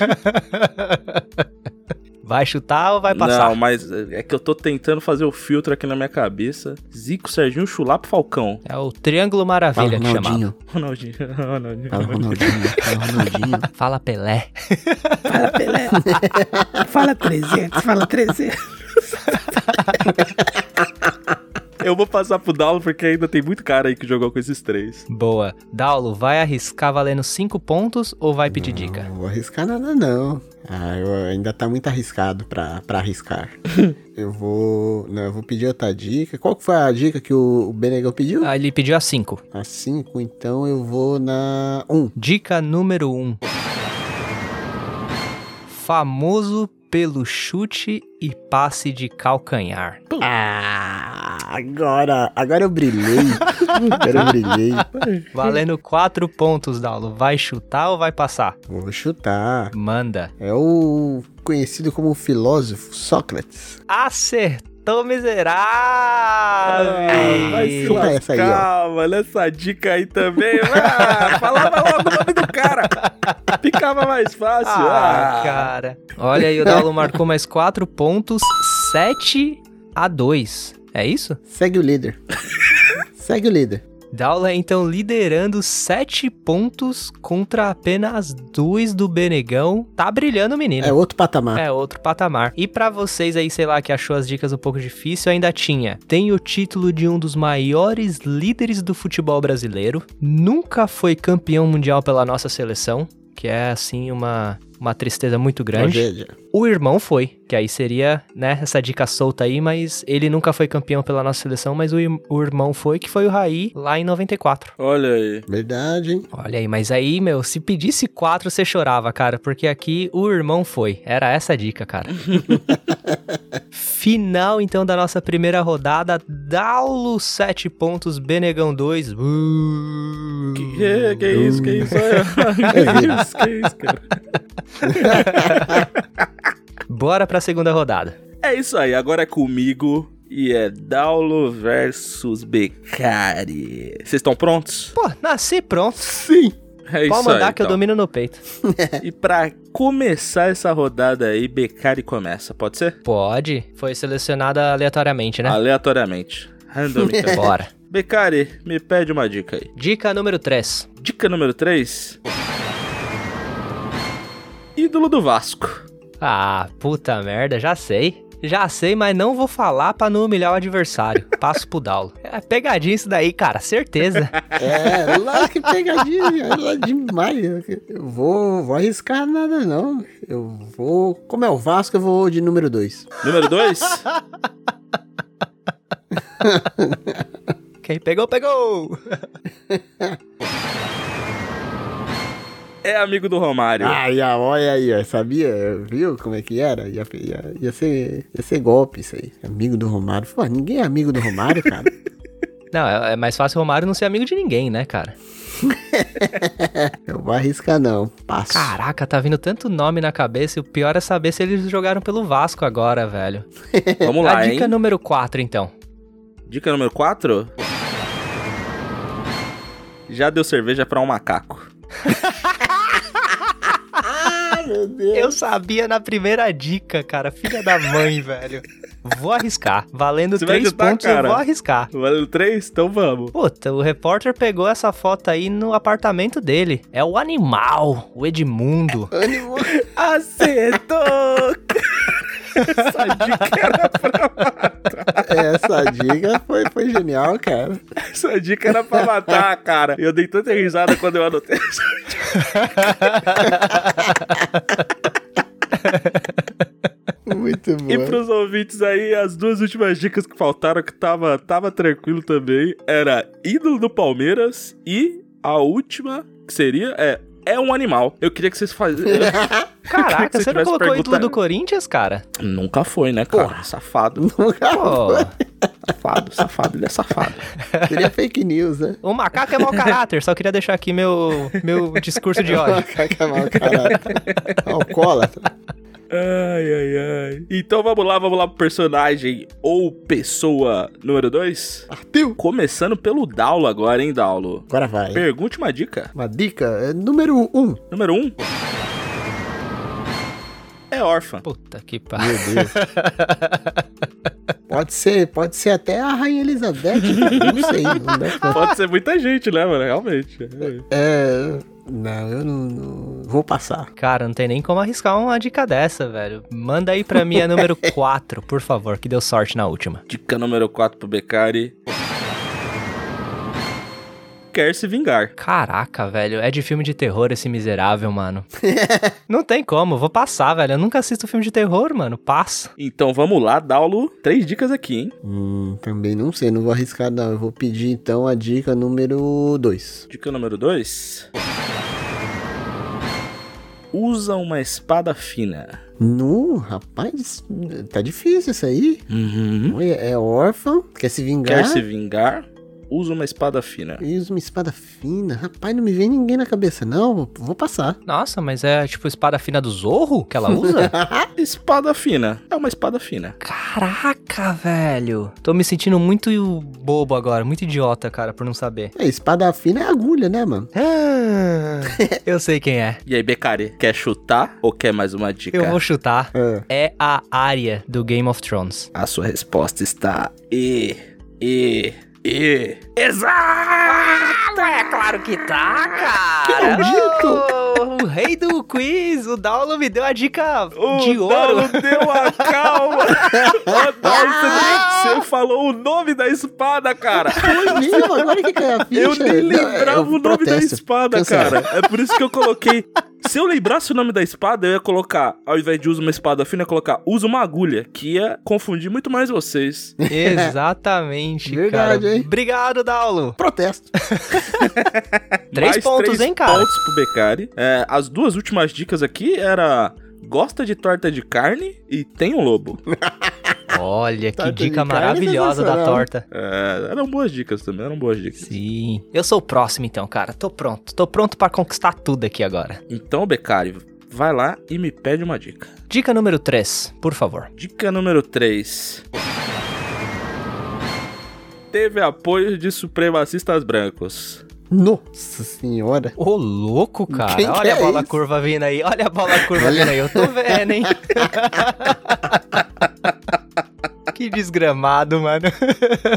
Speaker 3: Vai chutar ou vai passar?
Speaker 1: Não, mas é que eu tô tentando fazer o filtro aqui na minha cabeça. Zico, Serginho, Chulapa, Falcão. (laughs)
Speaker 3: É o Triângulo Maravilha é que chamava.
Speaker 2: Ronaldinho.
Speaker 1: Ronaldinho, Ronaldinho.
Speaker 2: Fala Ronaldinho. Fala Ronaldinho.
Speaker 3: Fala Pelé.
Speaker 1: Fala, Pelé. fala 300, fala 300. Eu vou passar pro Daulo porque ainda tem muito cara aí que jogou com esses três.
Speaker 3: Boa. Daulo, vai arriscar valendo 5 pontos ou vai pedir dica?
Speaker 2: Não vou arriscar nada, não. Ah, eu ainda tá muito arriscado pra, pra arriscar. eu vou. Não, eu vou pedir outra dica. Qual que foi a dica que o o Benegão pediu?
Speaker 3: Ah, ele pediu a 5.
Speaker 2: A 5, então eu vou na 1. Um.
Speaker 3: Dica número 1. Um. Famoso pelo chute e passe de calcanhar.
Speaker 2: Ah, agora. Agora eu brilhei. agora eu brilhei.
Speaker 3: Valendo 4 pontos, Daulo. Vai chutar ou vai passar?
Speaker 2: Vou chutar.
Speaker 3: Manda.
Speaker 2: É o conhecido como filósofo Sócrates.
Speaker 3: Acertou, miserável!
Speaker 1: vai se
Speaker 2: Chupa essa aí, ó.
Speaker 1: lascar, mano. Essa dica aí também.
Speaker 3: (laughs)
Speaker 1: Ah, falava logo o nome do cara. Ficava mais fácil.
Speaker 3: Ah, cara. Olha aí, o Daulo marcou mais 4 pontos, 7 a 2. É isso?
Speaker 2: Segue
Speaker 3: (laughs)
Speaker 2: o líder. Segue o líder.
Speaker 3: Daula então liderando 7 pontos contra apenas 2 do Benegão. Tá brilhando, menino.
Speaker 2: É outro patamar.
Speaker 3: É outro patamar. E pra vocês aí, sei lá, que achou as dicas um pouco difícil, ainda tinha. Tem o título de um dos maiores líderes do futebol brasileiro. Nunca foi campeão mundial pela nossa seleção, que é assim uma uma tristeza muito grande.
Speaker 2: Tragédia.
Speaker 3: O irmão foi, que aí seria, né, essa dica solta aí, mas ele nunca foi campeão pela nossa seleção, mas o, ir- o irmão foi, que foi o Raí lá em 94.
Speaker 1: Olha aí.
Speaker 2: Verdade, hein?
Speaker 3: Olha aí, mas aí, meu, se pedisse quatro, você chorava, cara, porque aqui o irmão foi. Era essa a dica,
Speaker 1: (laughs)
Speaker 3: cara. Final, então, da nossa primeira rodada. Daulo 7 pontos, Benegão Uh. 2.
Speaker 1: Que, que, que isso, que isso? Olha.
Speaker 3: (laughs) É
Speaker 1: que isso, que isso, cara.
Speaker 3: Bora pra segunda rodada.
Speaker 1: É isso aí, agora é comigo e é Daulo versus Becari. Vocês estão prontos?
Speaker 3: Pô, nasci pronto.
Speaker 2: Sim.
Speaker 1: É isso
Speaker 3: Pode mandar
Speaker 1: aí,
Speaker 3: que eu
Speaker 1: então.
Speaker 3: domino no peito.
Speaker 1: E pra começar essa rodada aí, Becari começa, pode ser?
Speaker 3: Pode. Foi selecionada aleatoriamente, né?
Speaker 1: Aleatoriamente.
Speaker 3: (laughs)
Speaker 1: Randomicamente.
Speaker 3: Bora.
Speaker 1: Becari, me pede uma dica aí.
Speaker 3: (laughs) Dica número 3.
Speaker 1: Dica número 3. Ídolo do Vasco.
Speaker 3: Ah, puta merda, já sei. Já sei, mas não vou falar pra não humilhar o adversário. (laughs) Passo pro Daulo. É pegadinha isso daí, cara, certeza.
Speaker 2: É, lá que pegadinha, é lá demais. Eu vou, vou arriscar nada, não. Eu vou. Como é o Vasco, eu vou de número 2.
Speaker 1: Número
Speaker 3: (laughs)
Speaker 1: 2.
Speaker 3: (laughs) Quem pegou, pegou!
Speaker 1: é amigo do Romário.
Speaker 2: Ai, ah, olha aí, ó, sabia? Viu como é que era? Ia, ia, ia, ser, ia ser golpe isso aí. Amigo do Romário. Pô, ninguém é amigo do Romário,
Speaker 3: (laughs)
Speaker 2: cara.
Speaker 3: Não, é é mais fácil o Romário não ser amigo de ninguém, né, cara?
Speaker 2: Eu vou arriscar, não. Passo.
Speaker 3: Caraca, tá vindo tanto nome na cabeça e o pior é saber se eles jogaram pelo Vasco agora, velho.
Speaker 1: Vamos
Speaker 3: a
Speaker 1: lá, hein?
Speaker 3: dica número 4, então.
Speaker 1: Dica número 4. Já deu cerveja pra um macaco.
Speaker 2: Ah, meu Deus.
Speaker 3: Eu sabia na primeira dica, cara. Filha da mãe, (laughs) velho. Vou arriscar. Valendo
Speaker 1: Você vai
Speaker 3: três
Speaker 1: chutar,
Speaker 3: pontos,
Speaker 1: cara?
Speaker 3: eu vou arriscar.
Speaker 1: Valeu 3? Então vamos.
Speaker 3: Puta, o repórter pegou essa foto aí no apartamento dele. É o animal, o
Speaker 1: (laughs)
Speaker 3: Edmundo.
Speaker 2: Ânimo.
Speaker 1: Acertou! (laughs) Essa dica, era pra,
Speaker 2: Essa dica foi, foi genial, cara.
Speaker 1: essa dica era pra matar, cara. Eu dei tanta risada quando eu anotei essa
Speaker 2: Muito bom.
Speaker 1: E pros ouvintes aí, as duas últimas dicas que faltaram, que tava, tava tranquilo também, era ídolo do Palmeiras e a última que seria é é um animal. Eu queria que vocês faziam.
Speaker 3: Caraca,
Speaker 1: Se
Speaker 3: você não
Speaker 1: tivesse
Speaker 3: colocou o ídolo
Speaker 1: perguntado-
Speaker 3: do Corinthians, cara?
Speaker 1: Nunca foi, né, cara?
Speaker 3: (laughs)
Speaker 1: Safado,
Speaker 2: (laughs)
Speaker 1: (laughs)
Speaker 3: Pô,
Speaker 1: safado, safado, ele é safado.
Speaker 2: Seria fake news, né?
Speaker 3: o macaco é mau caráter. Só queria deixar aqui meu, meu discurso de ódio.
Speaker 2: Macaca é mau caráter. Alcoólatra.
Speaker 1: (laughs) Ai, ai, ai. Então vamos lá, vamos lá pro personagem ou pessoa número 2.
Speaker 2: Partiu.
Speaker 1: Começando pelo Daulo agora, hein, Daulo?
Speaker 2: Agora vai.
Speaker 1: Pergunte uma dica.
Speaker 2: Uma dica, é número 1. Um.
Speaker 1: Número 1. Um, é órfã.
Speaker 3: Puta que pariu.
Speaker 2: Pode ser, pode ser até a Rainha Elizabeth, cara, não sei. Não deve ser.
Speaker 1: Pode ser muita gente, né, mano? Realmente.
Speaker 2: É, não, eu não, não- vou passar.
Speaker 3: Cara, não tem nem como arriscar uma dica dessa, velho. Manda aí pra mim a
Speaker 1: (laughs)
Speaker 3: número 4, por favor, que deu sorte na última.
Speaker 1: Dica número 4 pro Becari. Quer se vingar.
Speaker 3: Caraca, velho, é de filme de terror esse miserável,
Speaker 1: (laughs)
Speaker 3: mano. não tem como, vou passar, velho. Eu nunca assisto filme de terror, mano. Passa.
Speaker 1: Então vamos lá, Daulo. Três dicas aqui, hein?
Speaker 2: Hum, também não sei, não vou arriscar não. Eu vou pedir então a dica número 2.
Speaker 1: Dica número 2. Usa uma espada fina.
Speaker 2: Nu, rapaz, tá difícil isso aí.
Speaker 1: Uhum.
Speaker 2: Olha, É órfão, quer se vingar.
Speaker 1: Quer se vingar? Usa uma espada fina.
Speaker 2: E usa uma espada fina. Rapaz, não me vem ninguém na cabeça, não. Vou passar.
Speaker 3: Nossa, mas é tipo espada fina do Zorro que ela
Speaker 2: (laughs)
Speaker 3: usa?
Speaker 1: Espada fina. É uma espada fina.
Speaker 3: Caraca, velho. Tô me sentindo muito bobo agora, muito idiota, cara, por não saber.
Speaker 2: É, espada fina é agulha, né, mano? Ah.
Speaker 3: (laughs) Eu sei quem é.
Speaker 1: E aí, Becari, quer chutar ou quer mais uma dica?
Speaker 3: Eu vou chutar.
Speaker 2: É.
Speaker 3: É a área do Game of Thrones.
Speaker 1: A sua resposta está e e e exato.
Speaker 3: É claro que tá, cara! O rei do quiz, o Daulo me deu a dica de ouro.
Speaker 1: deu a calma. Você falou o nome da espada, cara.
Speaker 2: Pois
Speaker 1: (laughs)
Speaker 2: mesmo, agora que caiu a ficha.
Speaker 1: Eu nem
Speaker 2: Não,
Speaker 1: lembrava
Speaker 2: eu
Speaker 1: o nome da
Speaker 2: protesto.
Speaker 1: espada,
Speaker 2: Cancela.
Speaker 1: cara. É por isso que eu coloquei Se eu lembrasse o nome da espada, eu ia colocar, ao invés de usa uma espada fina, eu ia colocar usa uma agulha, que ia confundir muito mais vocês.
Speaker 3: (laughs) Exatamente,
Speaker 2: Verdade,
Speaker 3: cara.
Speaker 2: hein?
Speaker 3: Obrigado, Daulo.
Speaker 2: Protesto.
Speaker 3: Três
Speaker 1: Mais
Speaker 3: pontos,
Speaker 1: três
Speaker 3: hein, cara?
Speaker 1: pontos pro Becari. É, as duas últimas dicas aqui era gosta de torta de carne e tem um lobo.
Speaker 3: Olha, que
Speaker 2: Torta de
Speaker 3: dica
Speaker 2: carne
Speaker 3: maravilhosa da
Speaker 2: sensacional.
Speaker 3: torta.
Speaker 1: É, eram boas dicas também, eram boas dicas.
Speaker 3: Sim. Eu sou o próximo então, cara. Tô pronto. Tô pronto pra conquistar tudo aqui agora.
Speaker 1: Então, Becari, vai lá e me pede uma dica.
Speaker 3: Dica número 3, por favor.
Speaker 1: Dica número 3. Teve apoio de supremacistas brancos.
Speaker 2: Nossa senhora.
Speaker 3: Ô, louco, cara.
Speaker 2: Quem que
Speaker 3: Olha a
Speaker 2: é
Speaker 3: bola
Speaker 2: isso?
Speaker 3: curva vindo aí. Olha a bola curva vindo aí. Eu tô vendo, hein? (laughs) que desgramado, mano. (laughs)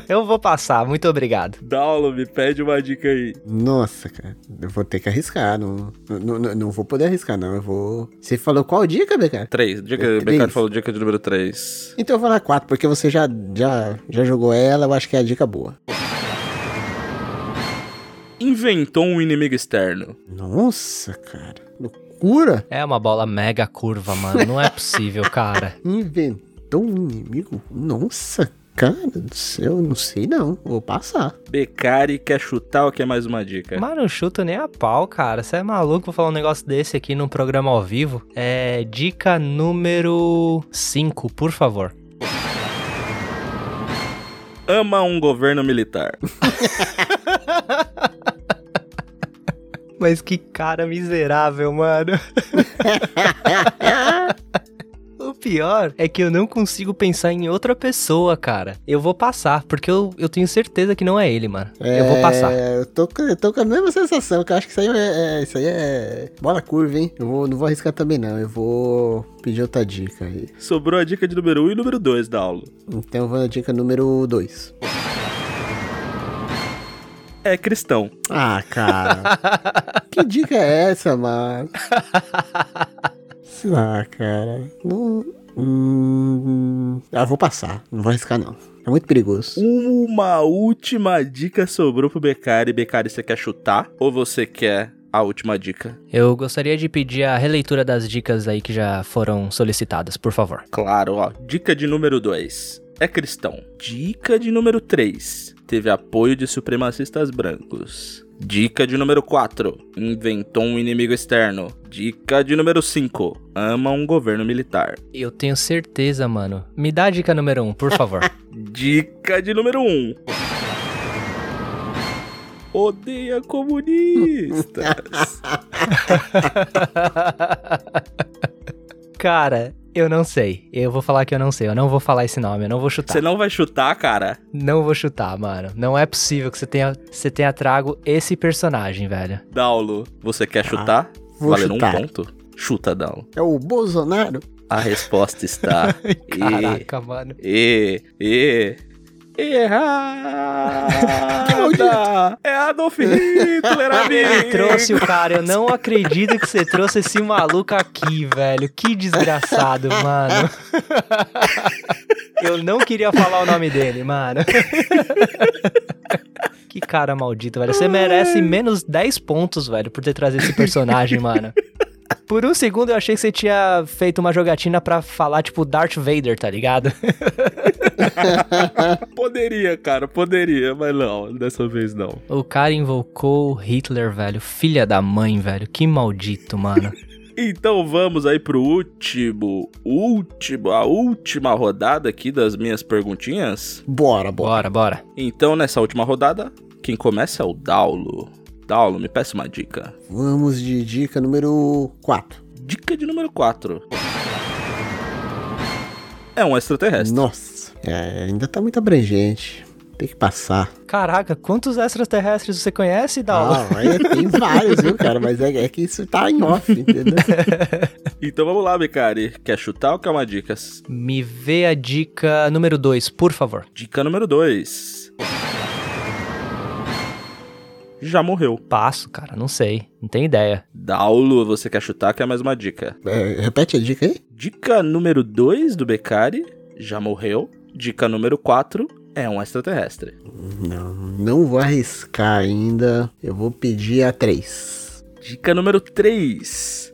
Speaker 3: Eu vou passar. Muito obrigado.
Speaker 1: Daulo, me pede uma dica aí.
Speaker 2: Nossa, cara. Eu vou ter que arriscar. Não, não, não, não vou poder arriscar, não. Eu vou. Você falou qual dica, BK?
Speaker 1: 3. Dica,
Speaker 2: É
Speaker 1: o Becari
Speaker 2: três.
Speaker 1: falou dica de número 3.
Speaker 2: Então eu vou falar quatro, porque você já, já, já jogou ela, eu acho que é a dica boa.
Speaker 1: Inventou um inimigo externo.
Speaker 2: Nossa, cara. Loucura.
Speaker 3: É uma bola mega curva, mano. Não é possível,
Speaker 2: (laughs)
Speaker 3: cara.
Speaker 2: Inventou um inimigo? Nossa, cara do céu. Não sei, não. Vou passar.
Speaker 1: Becari quer chutar ou quer mais uma dica?
Speaker 3: Mas não chuto nem a pau, cara. Você é maluco Vou falar um negócio desse aqui num programa ao vivo? É. Dica número 5, por favor.
Speaker 1: Ama um governo militar.
Speaker 3: Mas que cara miserável, mano. O pior é que eu não consigo pensar em outra pessoa, cara. Eu vou passar, porque eu, eu tenho certeza que não é ele, mano. Eu vou passar.
Speaker 2: É, eu tô, com- eu tô com a mesma sensação, que eu acho que isso aí é, é- isso aí é bola curva, hein? Eu vou- não vou arriscar também, não. Eu vou pedir outra dica aí.
Speaker 1: Sobrou a dica de número 1 um e número 2, Daulo.
Speaker 2: Então eu vou na dica número 2.
Speaker 1: É cristão.
Speaker 2: Ah, cara. que dica é essa, mano? Sei lá, cara. Não. Hum, ah, vou passar. Não vou arriscar, não. É muito perigoso.
Speaker 1: Uma última dica sobrou pro Becari. Becari, você quer chutar ou você quer a última dica?
Speaker 3: Eu gostaria de pedir a releitura das dicas aí que já foram solicitadas, por favor.
Speaker 1: Claro, ó. Dica de número 2. É cristão. Dica de número 3. Teve apoio de supremacistas brancos. Dica de número 4. Inventou um inimigo externo. Dica de número 5. Ama um governo militar.
Speaker 3: Eu tenho certeza, mano. Me dá a dica número 1, um, por favor. (laughs)
Speaker 1: Dica de número 1. Um. Odeia comunistas.
Speaker 3: Cara, eu não sei. Eu vou falar que eu não sei. Eu não vou falar esse nome. Eu não vou chutar.
Speaker 1: Você não vai chutar, cara?
Speaker 3: Não vou chutar, mano. Não é possível que você tenha, você tenha trago esse personagem, velho.
Speaker 1: Daulo, você
Speaker 3: Ah,
Speaker 1: quer chutar?
Speaker 2: vou
Speaker 1: Valendo
Speaker 2: chutar.
Speaker 1: um ponto? Chuta, Daulo.
Speaker 2: É o Bolsonaro?
Speaker 1: A
Speaker 3: (laughs)
Speaker 1: resposta está.
Speaker 3: Caraca, mano.
Speaker 1: E, e, errada! É
Speaker 3: (laughs)
Speaker 1: Adolf Hitler,
Speaker 3: Ele
Speaker 1: amigo!
Speaker 3: trouxe o cara. Eu não acredito que você trouxe esse maluco aqui, velho. Que desgraçado, mano. Eu não queria falar o nome dele, mano. Que cara maldito, velho. Você merece menos 10 pontos, velho, por ter trazido esse personagem, mano. Por um segundo eu achei que você tinha feito uma jogatina pra falar, tipo, Darth Vader, tá ligado?
Speaker 1: Poderia, cara, poderia, mas não, dessa vez não.
Speaker 3: O cara invocou Hitler, velho. Filha da mãe, velho. Que maldito, (laughs) mano.
Speaker 1: Então vamos aí pro último, último, a última rodada aqui das minhas perguntinhas.
Speaker 2: Bora,
Speaker 3: Bora,
Speaker 2: bora.
Speaker 3: bora.
Speaker 1: Então nessa última rodada, quem começa é o Daulo. Daulo, me peça uma dica.
Speaker 2: Vamos de dica número 4.
Speaker 1: Dica de número 4. É um extraterrestre.
Speaker 2: Nossa. É, ainda tá muito abrangente. Tem que passar.
Speaker 3: Caraca, quantos extraterrestres você conhece, Dal?
Speaker 2: Ah, aí tem vários, viu, cara? Mas é, é que isso tá em off, entendeu?
Speaker 1: Então vamos lá, Bicari. Quer chutar ou quer uma dica?
Speaker 3: Me vê a dica número 2, por favor.
Speaker 1: Dica número 2. Já morreu.
Speaker 3: Passo, cara, não sei. Não tem ideia.
Speaker 1: Daulo, você quer chutar? Quer mais uma dica?
Speaker 2: É, repete a dica aí.
Speaker 1: Dica número 2 do Becari. Já morreu. Dica número 4. É um extraterrestre.
Speaker 2: Não, não vou arriscar ainda. Eu vou pedir a 3.
Speaker 1: Dica número 3.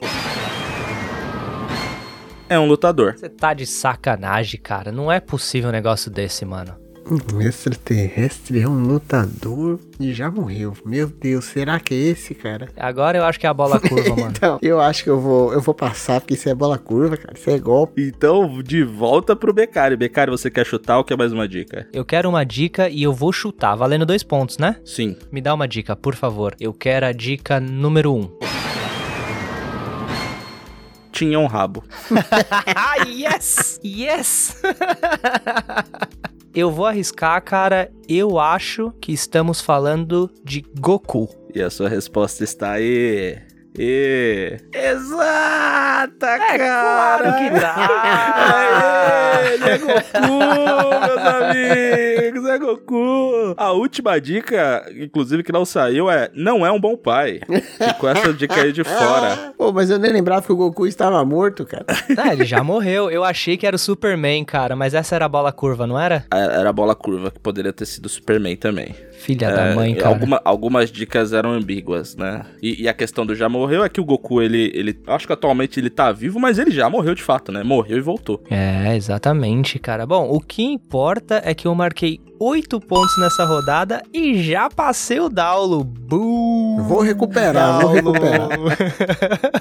Speaker 1: É um lutador.
Speaker 3: Você tá de sacanagem, cara. Não é possível um negócio desse, mano.
Speaker 2: Um extraterrestre é um lutador e já morreu. Meu Deus, será que é esse, cara?
Speaker 3: Agora eu acho que é a bola (laughs) curva, mano.
Speaker 2: Então, eu acho que eu vou, eu vou passar, porque isso é bola curva, cara. Isso é golpe.
Speaker 1: Então, de volta pro Becário. Becário, você quer chutar ou quer mais uma dica?
Speaker 3: Eu quero uma dica e eu vou chutar, valendo dois pontos, né?
Speaker 1: Sim.
Speaker 3: Me dá uma dica, por favor. Eu quero a dica número um.
Speaker 1: Tinha um rabo.
Speaker 3: ah, yes! Yes! (laughs) eu vou arriscar, cara. Eu acho que estamos falando de Goku.
Speaker 1: E a sua resposta está aí. E... Exata, cara!
Speaker 3: que (laughs) dá!
Speaker 1: Aê, ele é Goku, meus amigos, é Goku. A última dica, inclusive que não saiu, é não é um bom pai. Ficou essa dica aí de
Speaker 2: (laughs)
Speaker 1: fora.
Speaker 2: Ah! Pô, mas eu nem lembrava que o Goku estava morto, cara.
Speaker 3: Ah, ele já morreu. Eu achei que era o Superman, cara, mas essa era a bola curva, não era?
Speaker 1: Ah, Era a bola curva, que poderia ter sido Superman também.
Speaker 3: Filha da mãe, cara.
Speaker 1: É, Alguma- algumas dicas eram ambíguas, né? E, e a questão do já morreu é que o Goku, ele, ele. Acho que atualmente ele tá vivo, mas ele já morreu de fato, né? Morreu e voltou.
Speaker 3: É, exatamente, cara. Bom, o que importa é que eu marquei 8 pontos nessa rodada e já passei o Daulo. Buu!
Speaker 2: Vou recuperar, vou recuperar.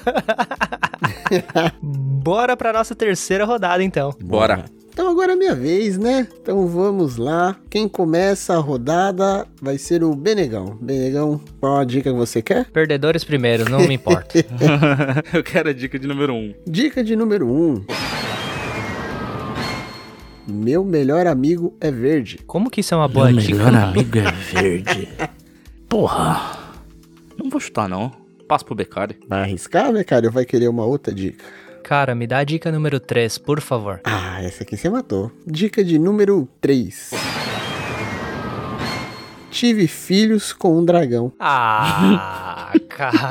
Speaker 3: (laughs) Bora pra nossa terceira rodada, então.
Speaker 1: Bora. (laughs)
Speaker 2: Então agora é minha vez, né? Então vamos lá. Quem começa a rodada vai ser o Benegão. Benegão, qual a dica que você quer?
Speaker 3: Perdedores primeiro, não me importa. (laughs)
Speaker 1: Eu quero a dica de número 1. Um.
Speaker 2: Dica de número 1. Um. Meu melhor amigo é verde.
Speaker 3: Como que isso é uma boa dica?
Speaker 1: amigo é verde. Porra. Não vou chutar, não. Passa pro Becari.
Speaker 2: Vai arriscar, né, cara? Eu vai querer uma outra dica.
Speaker 3: Cara, me dá a dica número 3, por favor.
Speaker 2: Ah, essa aqui você matou. Dica de número 3. Tive filhos com um dragão.
Speaker 3: Ah, cara.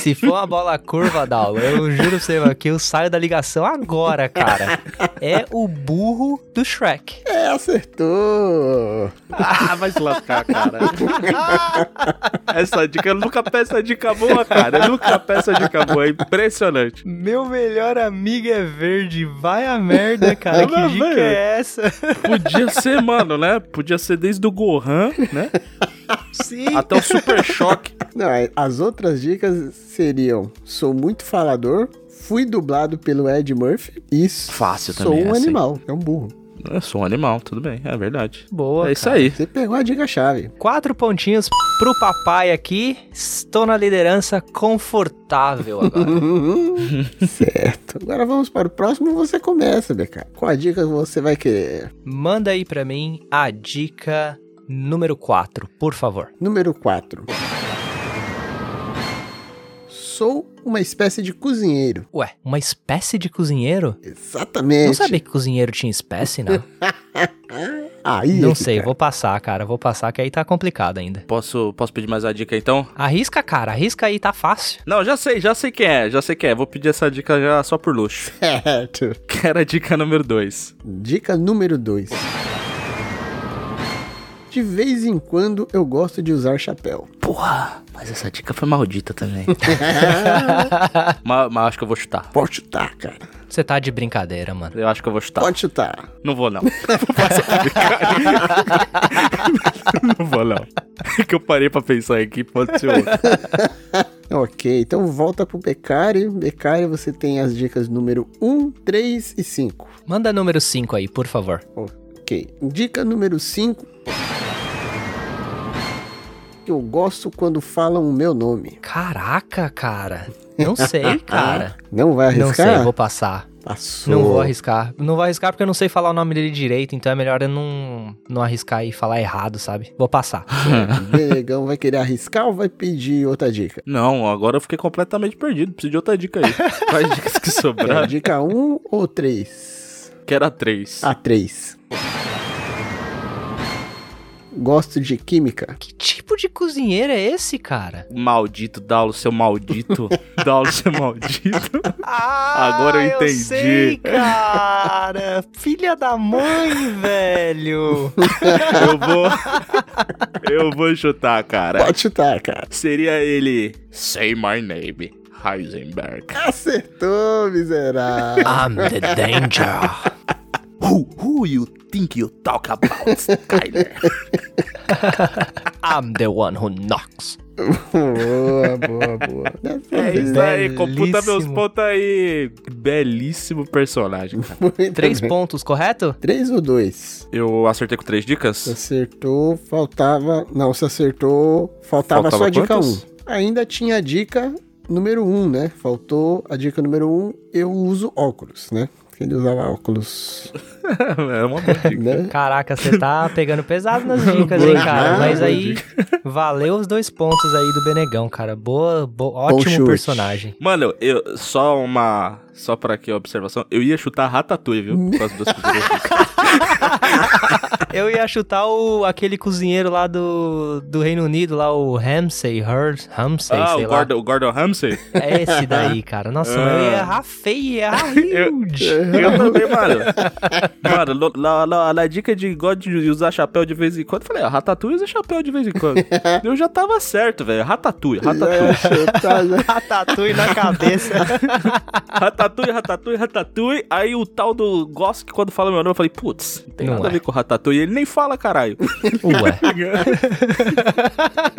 Speaker 3: Se for uma bola curva, Dal, eu juro pra você, mano, que eu saio da ligação agora, cara. É o burro do Shrek.
Speaker 2: É, acertou!
Speaker 1: (laughs) Ah, vai se lascar, cara. (laughs) essa dica, eu nunca peço dica boa, cara. Eu nunca peço dica boa. É impressionante.
Speaker 3: Meu melhor amigo é verde. Vai a merda, cara. Que
Speaker 1: Mas,
Speaker 3: dica
Speaker 1: velho.
Speaker 3: (laughs) é essa?
Speaker 1: Podia ser, mano, né? Podia ser desde o Gohan, né?
Speaker 3: Sim.
Speaker 1: Até o Super Choque.
Speaker 2: Não, é- as outras dicas seriam: sou muito falador, fui dublado pelo Ed Murphy e
Speaker 1: Fácil
Speaker 2: sou
Speaker 1: também
Speaker 2: um
Speaker 1: essa, hein?
Speaker 2: animal, é um burro.
Speaker 1: Eu sou um animal, tudo bem. É verdade.
Speaker 3: Boa.
Speaker 1: é isso
Speaker 3: cara.
Speaker 1: aí.
Speaker 2: Você pegou a
Speaker 1: (laughs)
Speaker 2: dica chave.
Speaker 3: Quatro pontinhos pro papai aqui. Estou na liderança confortável
Speaker 2: (laughs)
Speaker 3: agora.
Speaker 2: certo. Agora vamos para o próximo, você começa, BK. Qual a dica que você vai querer?
Speaker 3: Manda aí pra mim a dica número 4, por favor.
Speaker 2: Número 4. Sou uma espécie de cozinheiro.
Speaker 3: Ué, uma espécie de cozinheiro?
Speaker 2: Exatamente.
Speaker 3: Não sabia que cozinheiro tinha espécie, não?
Speaker 2: Aí, é
Speaker 3: não
Speaker 2: que
Speaker 3: sei,
Speaker 2: tá.
Speaker 3: vou passar, cara. Vou passar que aí tá complicado ainda.
Speaker 1: Posso, posso pedir mais uma dica então?
Speaker 3: Arrisca, cara. Arrisca aí, tá fácil.
Speaker 1: Não, já sei, já sei quem é, já sei quem é. Vou pedir essa dica já só por luxo. (laughs)
Speaker 2: Certo.
Speaker 1: Que era a dica número 2.
Speaker 2: Dica número 2. De vez em quando eu gosto de usar chapéu.
Speaker 1: Porra, mas essa dica foi maldita também. (laughs) mas, mas acho que eu vou chutar.
Speaker 2: Pode chutar, cara.
Speaker 3: Você tá de brincadeira, mano.
Speaker 1: Eu acho que eu vou
Speaker 3: Tá.
Speaker 1: chutar.
Speaker 2: Pode chutar.
Speaker 1: Não
Speaker 4: (laughs)
Speaker 1: vou, não. Vou passar pro Ricardo. não vou, não. É que eu parei pra pensar aqui, pode ser outro.
Speaker 2: Ok, então volta pro Becari. Becari, você tem as dicas número 1, 3 e 5.
Speaker 3: Manda número 5 aí, por favor.
Speaker 2: Ok. Dica número 5. Eu gosto quando falam o meu nome.
Speaker 3: Caraca, cara. Não sei, cara.
Speaker 2: Não vai
Speaker 3: Não sei,
Speaker 2: arriscar?
Speaker 3: vou passar.
Speaker 2: Passou.
Speaker 3: Não vou arriscar. Não vou arriscar porque eu não sei falar o nome dele direito, então é melhor eu não, não arriscar e falar errado, sabe? Vou passar. (gasps)
Speaker 2: (laughs) O Benegão vai querer arriscar ou vai pedir outra dica?
Speaker 1: Não, agora eu fiquei completamente perdido. Preciso de outra dica aí. (laughs) Quais dicas que
Speaker 2: Quer
Speaker 1: sobraram?
Speaker 2: É, dica 1 ou 3?
Speaker 1: Ah. Que era três.
Speaker 2: A 3. gosto de química.
Speaker 3: Que tipo de cozinheiro é esse, cara?
Speaker 1: Maldito, Daulo, seu maldito. Daulo, seu maldito.
Speaker 3: Ah,
Speaker 1: Agora eu entendi.
Speaker 3: sei, cara. (laughs) Filha da mãe, velho.
Speaker 1: Eu vou. Eu vou chutar, cara.
Speaker 2: Pode chutar, cara.
Speaker 1: Seria ele. Say my name, Heisenberg.
Speaker 3: (laughs)
Speaker 2: Acertou, miserável.
Speaker 3: I'm the danger.
Speaker 1: Who, who you think you talk about, Skyler?
Speaker 3: I'm the one who knocks.
Speaker 2: boa, boa, boa.
Speaker 1: (laughs) É isso aí,
Speaker 3: Belíssimo.
Speaker 1: computa meus pontos aí. Belíssimo personagem, cara.
Speaker 2: Muito
Speaker 3: Três
Speaker 2: bem.
Speaker 3: pontos, correto?
Speaker 2: Três ou dois?
Speaker 1: Eu acertei com três
Speaker 3: (laughs)
Speaker 2: Você
Speaker 1: dicas?
Speaker 2: acertou, faltava. Não, você acertou, faltava,
Speaker 1: Faltava
Speaker 2: só a dica
Speaker 1: quantas?
Speaker 2: 1. Um. Ainda tinha a dica número 1, um, né? Faltou a dica número 1. Um, eu uso óculos, né? Porque ele usava óculos,
Speaker 1: é uma boa
Speaker 3: (laughs)
Speaker 1: dica.
Speaker 2: né?
Speaker 3: Caraca, você tá pegando pesado nas dicas, hein,
Speaker 2: Boa
Speaker 3: cara?
Speaker 2: dica,
Speaker 3: Mas
Speaker 2: boa
Speaker 3: aí, valeu os dois pontos aí do Benegão, cara. Boa, bo- ótimo
Speaker 2: chute.
Speaker 3: personagem.
Speaker 1: Mano, eu, só uma. Só pra aqui a observação. Eu ia chutar Ratatouille, viu? Com as
Speaker 3: (laughs)
Speaker 1: duas coisas.
Speaker 3: Eu ia chutar o, aquele cozinheiro lá do, do Reino Unido, lá o Ramsay, Hurst, Ramsay,
Speaker 1: Ah,
Speaker 3: sei
Speaker 1: o
Speaker 3: lá.
Speaker 1: Gordon, o Gordon Ramsay?
Speaker 3: É esse daí, cara. Nossa, mas eu ia errar feio, ia
Speaker 1: (laughs)
Speaker 3: errar huge.
Speaker 1: Eu também, mano. Mano, lo- lá, lá- lá, a dica de God de usar chapéu de vez em quando, eu falei, ó, Ratatouille usa chapéu de vez em quando. eu já tava certo, velho. Ratatouille, Ratatouille.
Speaker 2: (laughs)
Speaker 3: Ratatouille na cabeça. É.
Speaker 1: Ratatouille, Ratatouille, Ratatouille. Aí o tal do Goss, que quando fala meu nome, eu falei, putz, não tem
Speaker 3: Não
Speaker 1: nada
Speaker 3: é.
Speaker 1: a ver com Ratatouille. Ele nem fala, caralho.
Speaker 3: Ué. (laughs)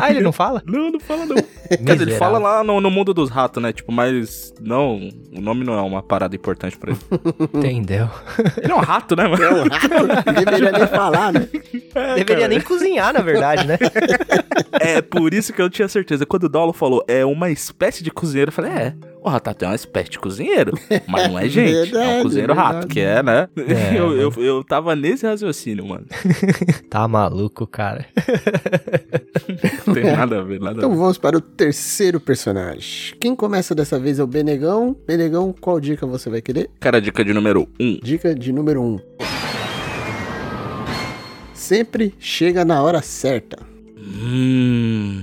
Speaker 3: Ah, ele não fala?
Speaker 1: não, não fala não. Quer dizer, ele
Speaker 3: Miserável.
Speaker 1: fala lá no, no mundo dos ratos, né? Tipo, mas não, o nome não é uma parada importante pra ele.
Speaker 3: Entendeu?
Speaker 1: Ele é um rato, né, mano?
Speaker 2: É um rato. Não deveria nem falar, né?
Speaker 3: Deveria nem cozinhar, na verdade,
Speaker 1: (laughs)
Speaker 3: né?
Speaker 1: É por isso que eu tinha certeza. Quando o Dolo falou, é uma espécie de cozinheiro, eu falei, é. O Ratatouille é uma espécie de cozinheiro, mas não é gente. é um
Speaker 2: Verdade,
Speaker 1: cozinheiro rato,
Speaker 2: verdade.
Speaker 1: que é, né?
Speaker 3: É,
Speaker 1: eu, eu, eu tava nesse raciocínio, mano.
Speaker 3: Tá maluco, cara.
Speaker 1: Não tem nada a ver, nada a
Speaker 2: Então
Speaker 1: ver.
Speaker 2: vamos para o terceiro personagem. Quem começa dessa vez é o Benegão. Benegão, qual dica você vai querer?
Speaker 1: Cara, dica de número um.
Speaker 2: Dica de número 1. Um. Sempre chega na hora certa.
Speaker 1: Hum.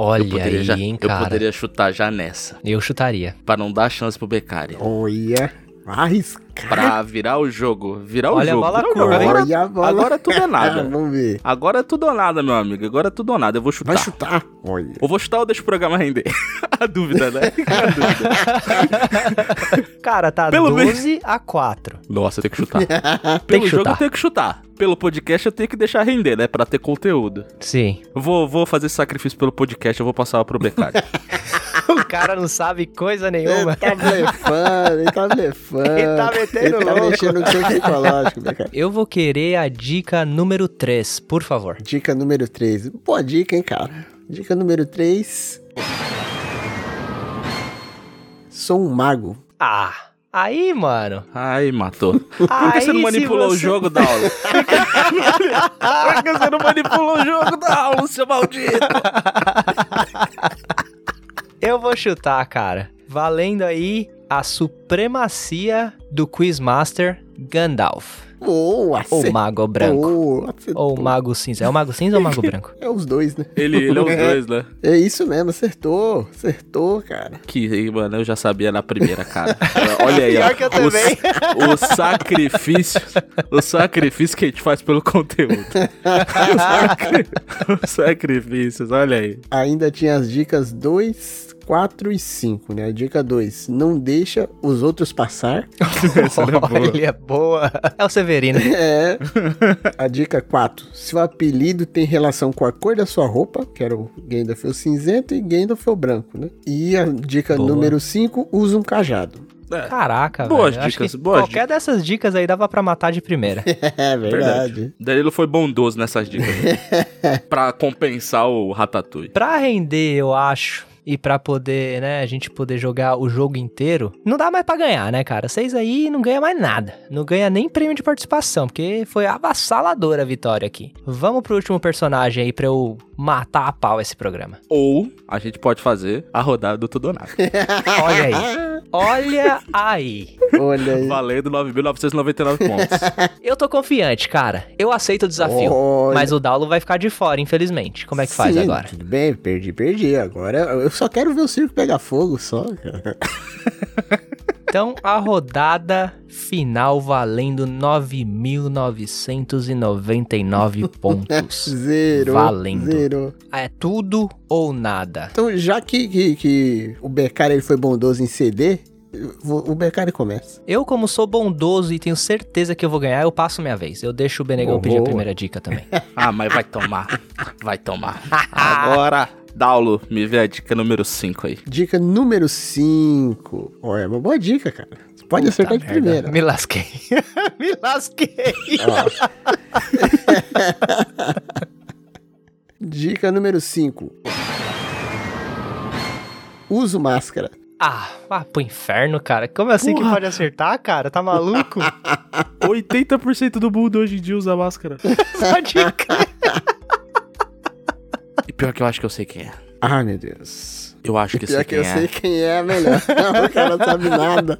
Speaker 3: Olha
Speaker 1: eu poderia
Speaker 3: aí,
Speaker 1: já,
Speaker 3: hein,
Speaker 1: eu
Speaker 3: cara.
Speaker 1: poderia chutar já nessa,
Speaker 3: Eu
Speaker 1: (laughs)
Speaker 3: chutaria.
Speaker 1: Pra não dar chance pro Becari.
Speaker 2: Olha, arriscado.
Speaker 1: Pra virar o jogo, virar
Speaker 3: Olha a
Speaker 1: o jogo.
Speaker 3: bola
Speaker 1: Virar o jogo.
Speaker 3: curva, hein?
Speaker 1: Agora, é
Speaker 2: Olha a bola.
Speaker 1: agora
Speaker 2: (laughs)
Speaker 1: tudo é
Speaker 2: Ah,
Speaker 1: nada.
Speaker 2: vamos ver.
Speaker 1: Agora é tudo ou nada, meu amigo. Agora é tudo ou nada. Eu vou chutar.
Speaker 2: Vai chutar. Olha.
Speaker 1: Ou vou chutar ou deixa o programa render? (laughs) a dúvida, né? (laughs) A dúvida.
Speaker 3: Cara, tá
Speaker 1: Pelo
Speaker 3: 12 a 4.
Speaker 1: Nossa, eu tenho que chutar.
Speaker 3: Tem
Speaker 1: Pelo
Speaker 3: que
Speaker 1: jogo
Speaker 3: chutar.
Speaker 1: eu tenho que chutar. Pelo podcast eu tenho que deixar render, né? Pra ter conteúdo.
Speaker 3: Sim.
Speaker 1: Vou, vou fazer esse sacrifício pelo podcast, eu vou passar pro Becari.
Speaker 3: O cara não sabe coisa
Speaker 2: Ele
Speaker 3: nenhuma.
Speaker 2: tá blefando, (laughs) ele tá blefando.
Speaker 3: Ele tá metendo
Speaker 2: Ele tá
Speaker 3: louco.
Speaker 2: mexendo com o seu psicológico, meu cara.
Speaker 3: Eu vou querer a dica número 3, por favor.
Speaker 2: Dica número 3. Boa dica, hein, cara. Dica número 3. Sou um mago.
Speaker 3: Ah, aí, mano.
Speaker 1: Ai, matou. Por que
Speaker 3: Aí,
Speaker 1: você não
Speaker 3: se
Speaker 1: manipulou
Speaker 3: você-
Speaker 1: o jogo da aula? (laughs) Por que você não manipulou o jogo da aula, seu maldito?
Speaker 3: Eu vou chutar, cara. Valendo aí a supremacia do Quizmaster Gandalf.
Speaker 2: Boa,
Speaker 3: Ou Mago Branco.
Speaker 2: Boa, acertou.
Speaker 3: Ou Mago Cinza. É o Mago Cinza ou o Mago (laughs) Branco?
Speaker 2: É os dois, né?
Speaker 1: Ele, ele é os dois, né?
Speaker 2: É isso mesmo, acertou. Acertou, cara.
Speaker 1: Que, mano, eu já sabia na
Speaker 3: (laughs)
Speaker 1: primeira, cara. Olha aí, ó.
Speaker 3: Pior que eu também.
Speaker 1: O, o sacrifício. O sacrifício que a gente faz
Speaker 3: (laughs)
Speaker 1: pelo conteúdo. O sacri- Os sacrifícios, olha aí.
Speaker 2: Ainda tinha as dicas 2, 4 e 5, né? A dica 2, não deixa os
Speaker 3: (laughs)
Speaker 2: outros passar.
Speaker 1: Essa não é boa.
Speaker 3: Ele é boa. É o Severino.
Speaker 2: É. (laughs) A dica 4, seu apelido tem relação com a cor da sua roupa, que era o Gandalf o cinzento e Gandalf o branco, né? E a dica
Speaker 3: Boa.
Speaker 2: número 5, usa um cajado. (laughs)
Speaker 1: É,
Speaker 3: Caraca,
Speaker 1: Boas
Speaker 3: velho. Acho
Speaker 1: dicas,
Speaker 3: que
Speaker 1: boas
Speaker 3: Qualquer dessas dicas aí dava pra matar de primeira.
Speaker 2: É
Speaker 1: verdade.
Speaker 2: verdade.
Speaker 1: Danilo foi bondoso nessas dicas.
Speaker 3: (laughs)
Speaker 1: né? pra compensar o Ratatouille.
Speaker 3: pra render, eu acho. E pra poder, né, a gente poder jogar o jogo inteiro, não dá mais pra ganhar, né, cara? Vocês aí não ganha mais nada. Não ganha nem prêmio de participação, porque foi avassaladora a vitória aqui. Vamos pro último personagem aí pra eu matar a pau esse programa. (laughs)
Speaker 1: Ou a gente pode fazer a rodada do Tudo ou Nada.
Speaker 2: (laughs)
Speaker 3: Olha aí. Olha aí.
Speaker 2: Olha aí.
Speaker 4: Valendo 9.999 pontos.
Speaker 3: Eu tô confiante, cara. Eu aceito o desafio.
Speaker 2: Olha.
Speaker 3: Mas o Daulo vai ficar de fora, infelizmente. Como é que faz
Speaker 2: Sim,
Speaker 3: agora?
Speaker 2: Tudo bem, perdi, perdi. Agora eu só quero ver o circo pegar fogo só.
Speaker 3: Então, a rodada final valendo 9.999
Speaker 2: (laughs)
Speaker 3: pontos.
Speaker 2: Zero.
Speaker 3: Valendo.
Speaker 2: Zero.
Speaker 3: É tudo ou nada.
Speaker 2: Então, já que, que, que o Beccari ele foi bondoso em CD, o o Beccari começa.
Speaker 3: Eu, como sou bondoso e tenho certeza que eu vou ganhar, eu passo minha vez. Eu deixo o Benegão
Speaker 2: Boa,
Speaker 3: pedir a
Speaker 2: boa.
Speaker 3: primeira dica também.
Speaker 2: (laughs)
Speaker 3: Tá
Speaker 1: Ah, mas vai tomar. Vai tomar. Agora, Daulo, me vê a dica número 5 aí.
Speaker 2: Dica número 5. Olha, é uma boa dica, cara. Você pode acertar de
Speaker 3: Merda,
Speaker 2: primeira.
Speaker 3: Me
Speaker 2: (laughs)
Speaker 3: lasquei. Me lasquei.
Speaker 2: Dica número 5. Uso máscara.
Speaker 3: Ah, vá pro inferno, cara. Como assim que pode acertar, cara? Tá
Speaker 2: (laughs)
Speaker 3: maluco?
Speaker 4: 80% do mundo hoje em dia usa máscara.
Speaker 3: Pode crer.
Speaker 1: E pior que eu acho que eu sei quem é.
Speaker 2: Ah, meu Deus.
Speaker 1: Eu acho que eu
Speaker 2: Pior
Speaker 1: sei
Speaker 2: que
Speaker 1: quem
Speaker 2: eu
Speaker 1: é.
Speaker 2: sei quem é,
Speaker 1: (laughs)
Speaker 2: melhor. Não, o cara não sabe nada.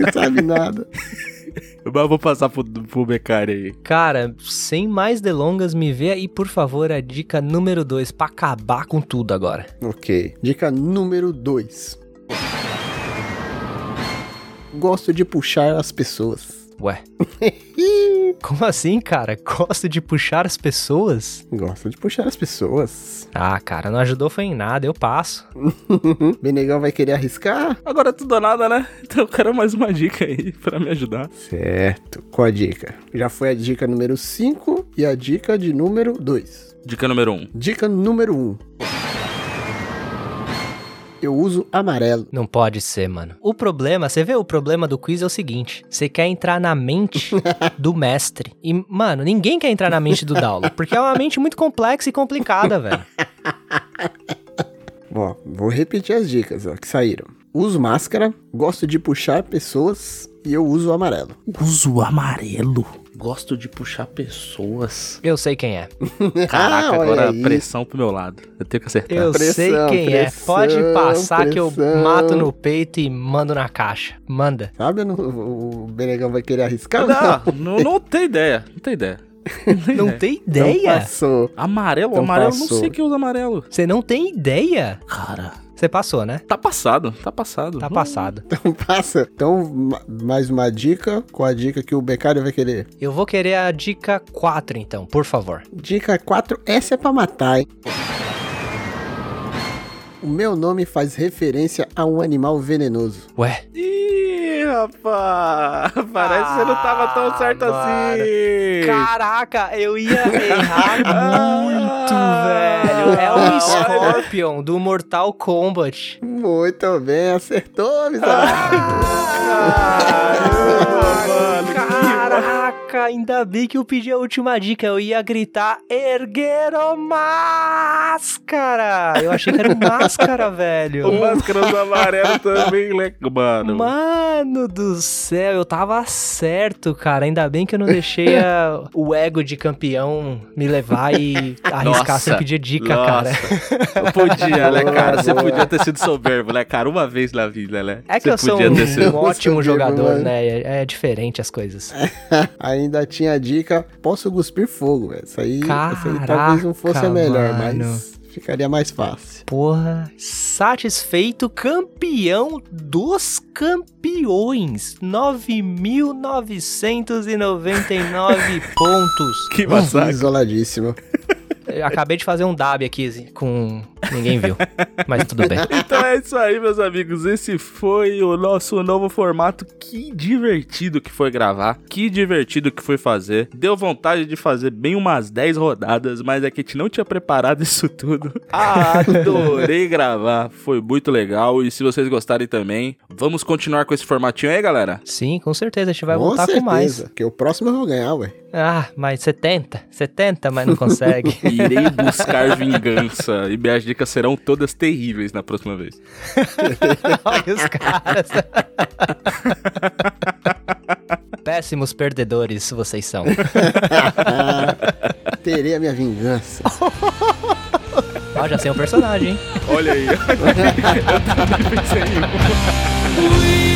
Speaker 2: Não sabe nada.
Speaker 4: Mas eu vou passar Tá pro, pro Becari aí.
Speaker 3: Cara, sem mais delongas, me vê aí, por favor, a dica número 2 pra acabar com tudo agora.
Speaker 2: Ok. Dica número 2. Gosto de puxar as pessoas.
Speaker 3: Ué. Como assim, cara? Gosto de puxar as pessoas?
Speaker 2: Gosto de puxar as pessoas.
Speaker 3: Ah, cara, não ajudou foi em nada, eu passo.
Speaker 2: Uhum. Benegão vai querer arriscar?
Speaker 1: Agora tudo ou nada, né? Então eu quero mais uma dica aí pra me ajudar.
Speaker 2: Certo. Qual a dica? Já foi a dica número 5 e a dica de número 2.
Speaker 1: Dica número 1. Um.
Speaker 2: Dica número 1. Um. Eu uso amarelo.
Speaker 3: Não pode ser, mano. O problema, você vê o problema do quiz é o seguinte: você quer entrar na
Speaker 2: (laughs)
Speaker 3: mente do mestre. E, mano, ninguém quer entrar na mente do Daulo, porque é uma mente muito complexa e complicada, velho.
Speaker 2: Ó, vou repetir as dicas ó, que saíram. Uso máscara, gosto de puxar pessoas e eu uso amarelo.
Speaker 1: Uso amarelo. Gosto de
Speaker 3: (laughs)
Speaker 1: puxar pessoas.
Speaker 3: Eu sei quem
Speaker 2: Tá
Speaker 3: é.
Speaker 1: Caraca,
Speaker 2: olha
Speaker 1: agora
Speaker 2: aí.
Speaker 1: pressão pro meu lado. Eu tenho que acertar.
Speaker 3: Eu
Speaker 2: Pressão,
Speaker 3: sei quem é.
Speaker 2: pressão,
Speaker 3: Pode passar que eu
Speaker 2: pressão.
Speaker 3: mato no peito e mando na caixa.
Speaker 2: (laughs)
Speaker 3: Manda.
Speaker 2: Sabe? eu não- o o Benegão vai querer (laughs) arriscar?
Speaker 1: Não, não, não tem ideia. Não tem ideia.
Speaker 3: Não tem
Speaker 2: Então
Speaker 3: ideia?
Speaker 2: passou.
Speaker 1: Amarelo?
Speaker 2: Então
Speaker 1: amarelo?
Speaker 2: passou.
Speaker 1: Não sei quem usa amarelo.
Speaker 3: Você não tem ideia?
Speaker 1: Cara,
Speaker 3: Você passou, né?
Speaker 1: tá passado. Tá passado.
Speaker 3: Tá
Speaker 1: Não-
Speaker 3: passado.
Speaker 2: Então passa. Então, ma- mais uma dica. Qual a dica que o Becário vai querer?
Speaker 3: Eu vou querer a dica 4, então, por favor.
Speaker 2: Dica 4. Essa é pra matar, hein? O meu nome faz referência a um animal venenoso.
Speaker 3: Ué,
Speaker 1: Ih, rapaz. Parece que você não tava tão
Speaker 3: Ah,
Speaker 1: certo
Speaker 3: mano.
Speaker 1: assim.
Speaker 3: Caraca, eu ia (laughs) errar Ah! muito, velho. É o Scorpion do Mortal Kombat.
Speaker 2: Muito bem,
Speaker 3: (laughs)
Speaker 2: acertou, miserável.
Speaker 3: Caraca, ainda bem que eu pedi a última dica. Eu ia gritar ergueram máscara. Eu achei que era um máscara, (laughs)
Speaker 4: O
Speaker 3: velho.
Speaker 4: máscara usa amarelo também, né? Mano.
Speaker 3: Mano do céu, eu tava certo, cara. Ainda bem que eu não deixei a- o ego de campeão me levar
Speaker 1: (laughs)
Speaker 3: e arriscar
Speaker 1: Nossa,
Speaker 3: sem pedir dica, cara.
Speaker 1: Eu Podia, né, cara? Você
Speaker 2: Boa, boa.
Speaker 1: podia ter sido soberbo, né, cara? Uma vez na vida, né?
Speaker 3: É que eu
Speaker 1: Você
Speaker 3: sou (laughs)
Speaker 1: podia ter sido.
Speaker 3: um, ótimo
Speaker 2: Você
Speaker 3: jogador,
Speaker 2: mesmo,
Speaker 3: né? É, é diferente as coisas.
Speaker 2: Ainda tinha a dica, posso cuspir fogo, velho. Isso aí, essa aí talvez não fosse
Speaker 3: Caraca,
Speaker 2: a melhor,
Speaker 3: mano.
Speaker 2: mas ficaria mais fácil.
Speaker 3: Porra, satisfeito, campeão dos campeões. 9.999 pontos.
Speaker 4: Que massacre.
Speaker 2: Isoladíssimo.
Speaker 3: Eu acabei de fazer um dab aqui Zi, com... Ninguém viu, mas tudo bem.
Speaker 4: Então é isso aí, meus amigos. Esse foi o nosso novo formato.
Speaker 1: Que divertido que foi gravar, que divertido que foi fazer. Deu vontade de fazer bem umas 10 rodadas, mas é que a gente não tinha preparado (laughs) isso tudo. Ah, Adorei gravar, foi muito legal. E se vocês gostarem também, vamos continuar com esse formatinho aí, galera.
Speaker 3: Sim, com certeza, a gente vai voltar com mais.
Speaker 2: Porque o próximo eu vou ganhar, ué.
Speaker 3: Ah, mas 70, 70, mas não consegue.
Speaker 1: Irei buscar vingança. E minhas dicas serão todas terríveis na próxima vez.
Speaker 3: (laughs) Olha os caras. (laughs) Péssimos perdedores vocês são.
Speaker 2: Terei a minha vingança.
Speaker 3: Ó, já sei um personagem, hein?
Speaker 4: Olha aí. Eu também pensei em um.
Speaker 5: We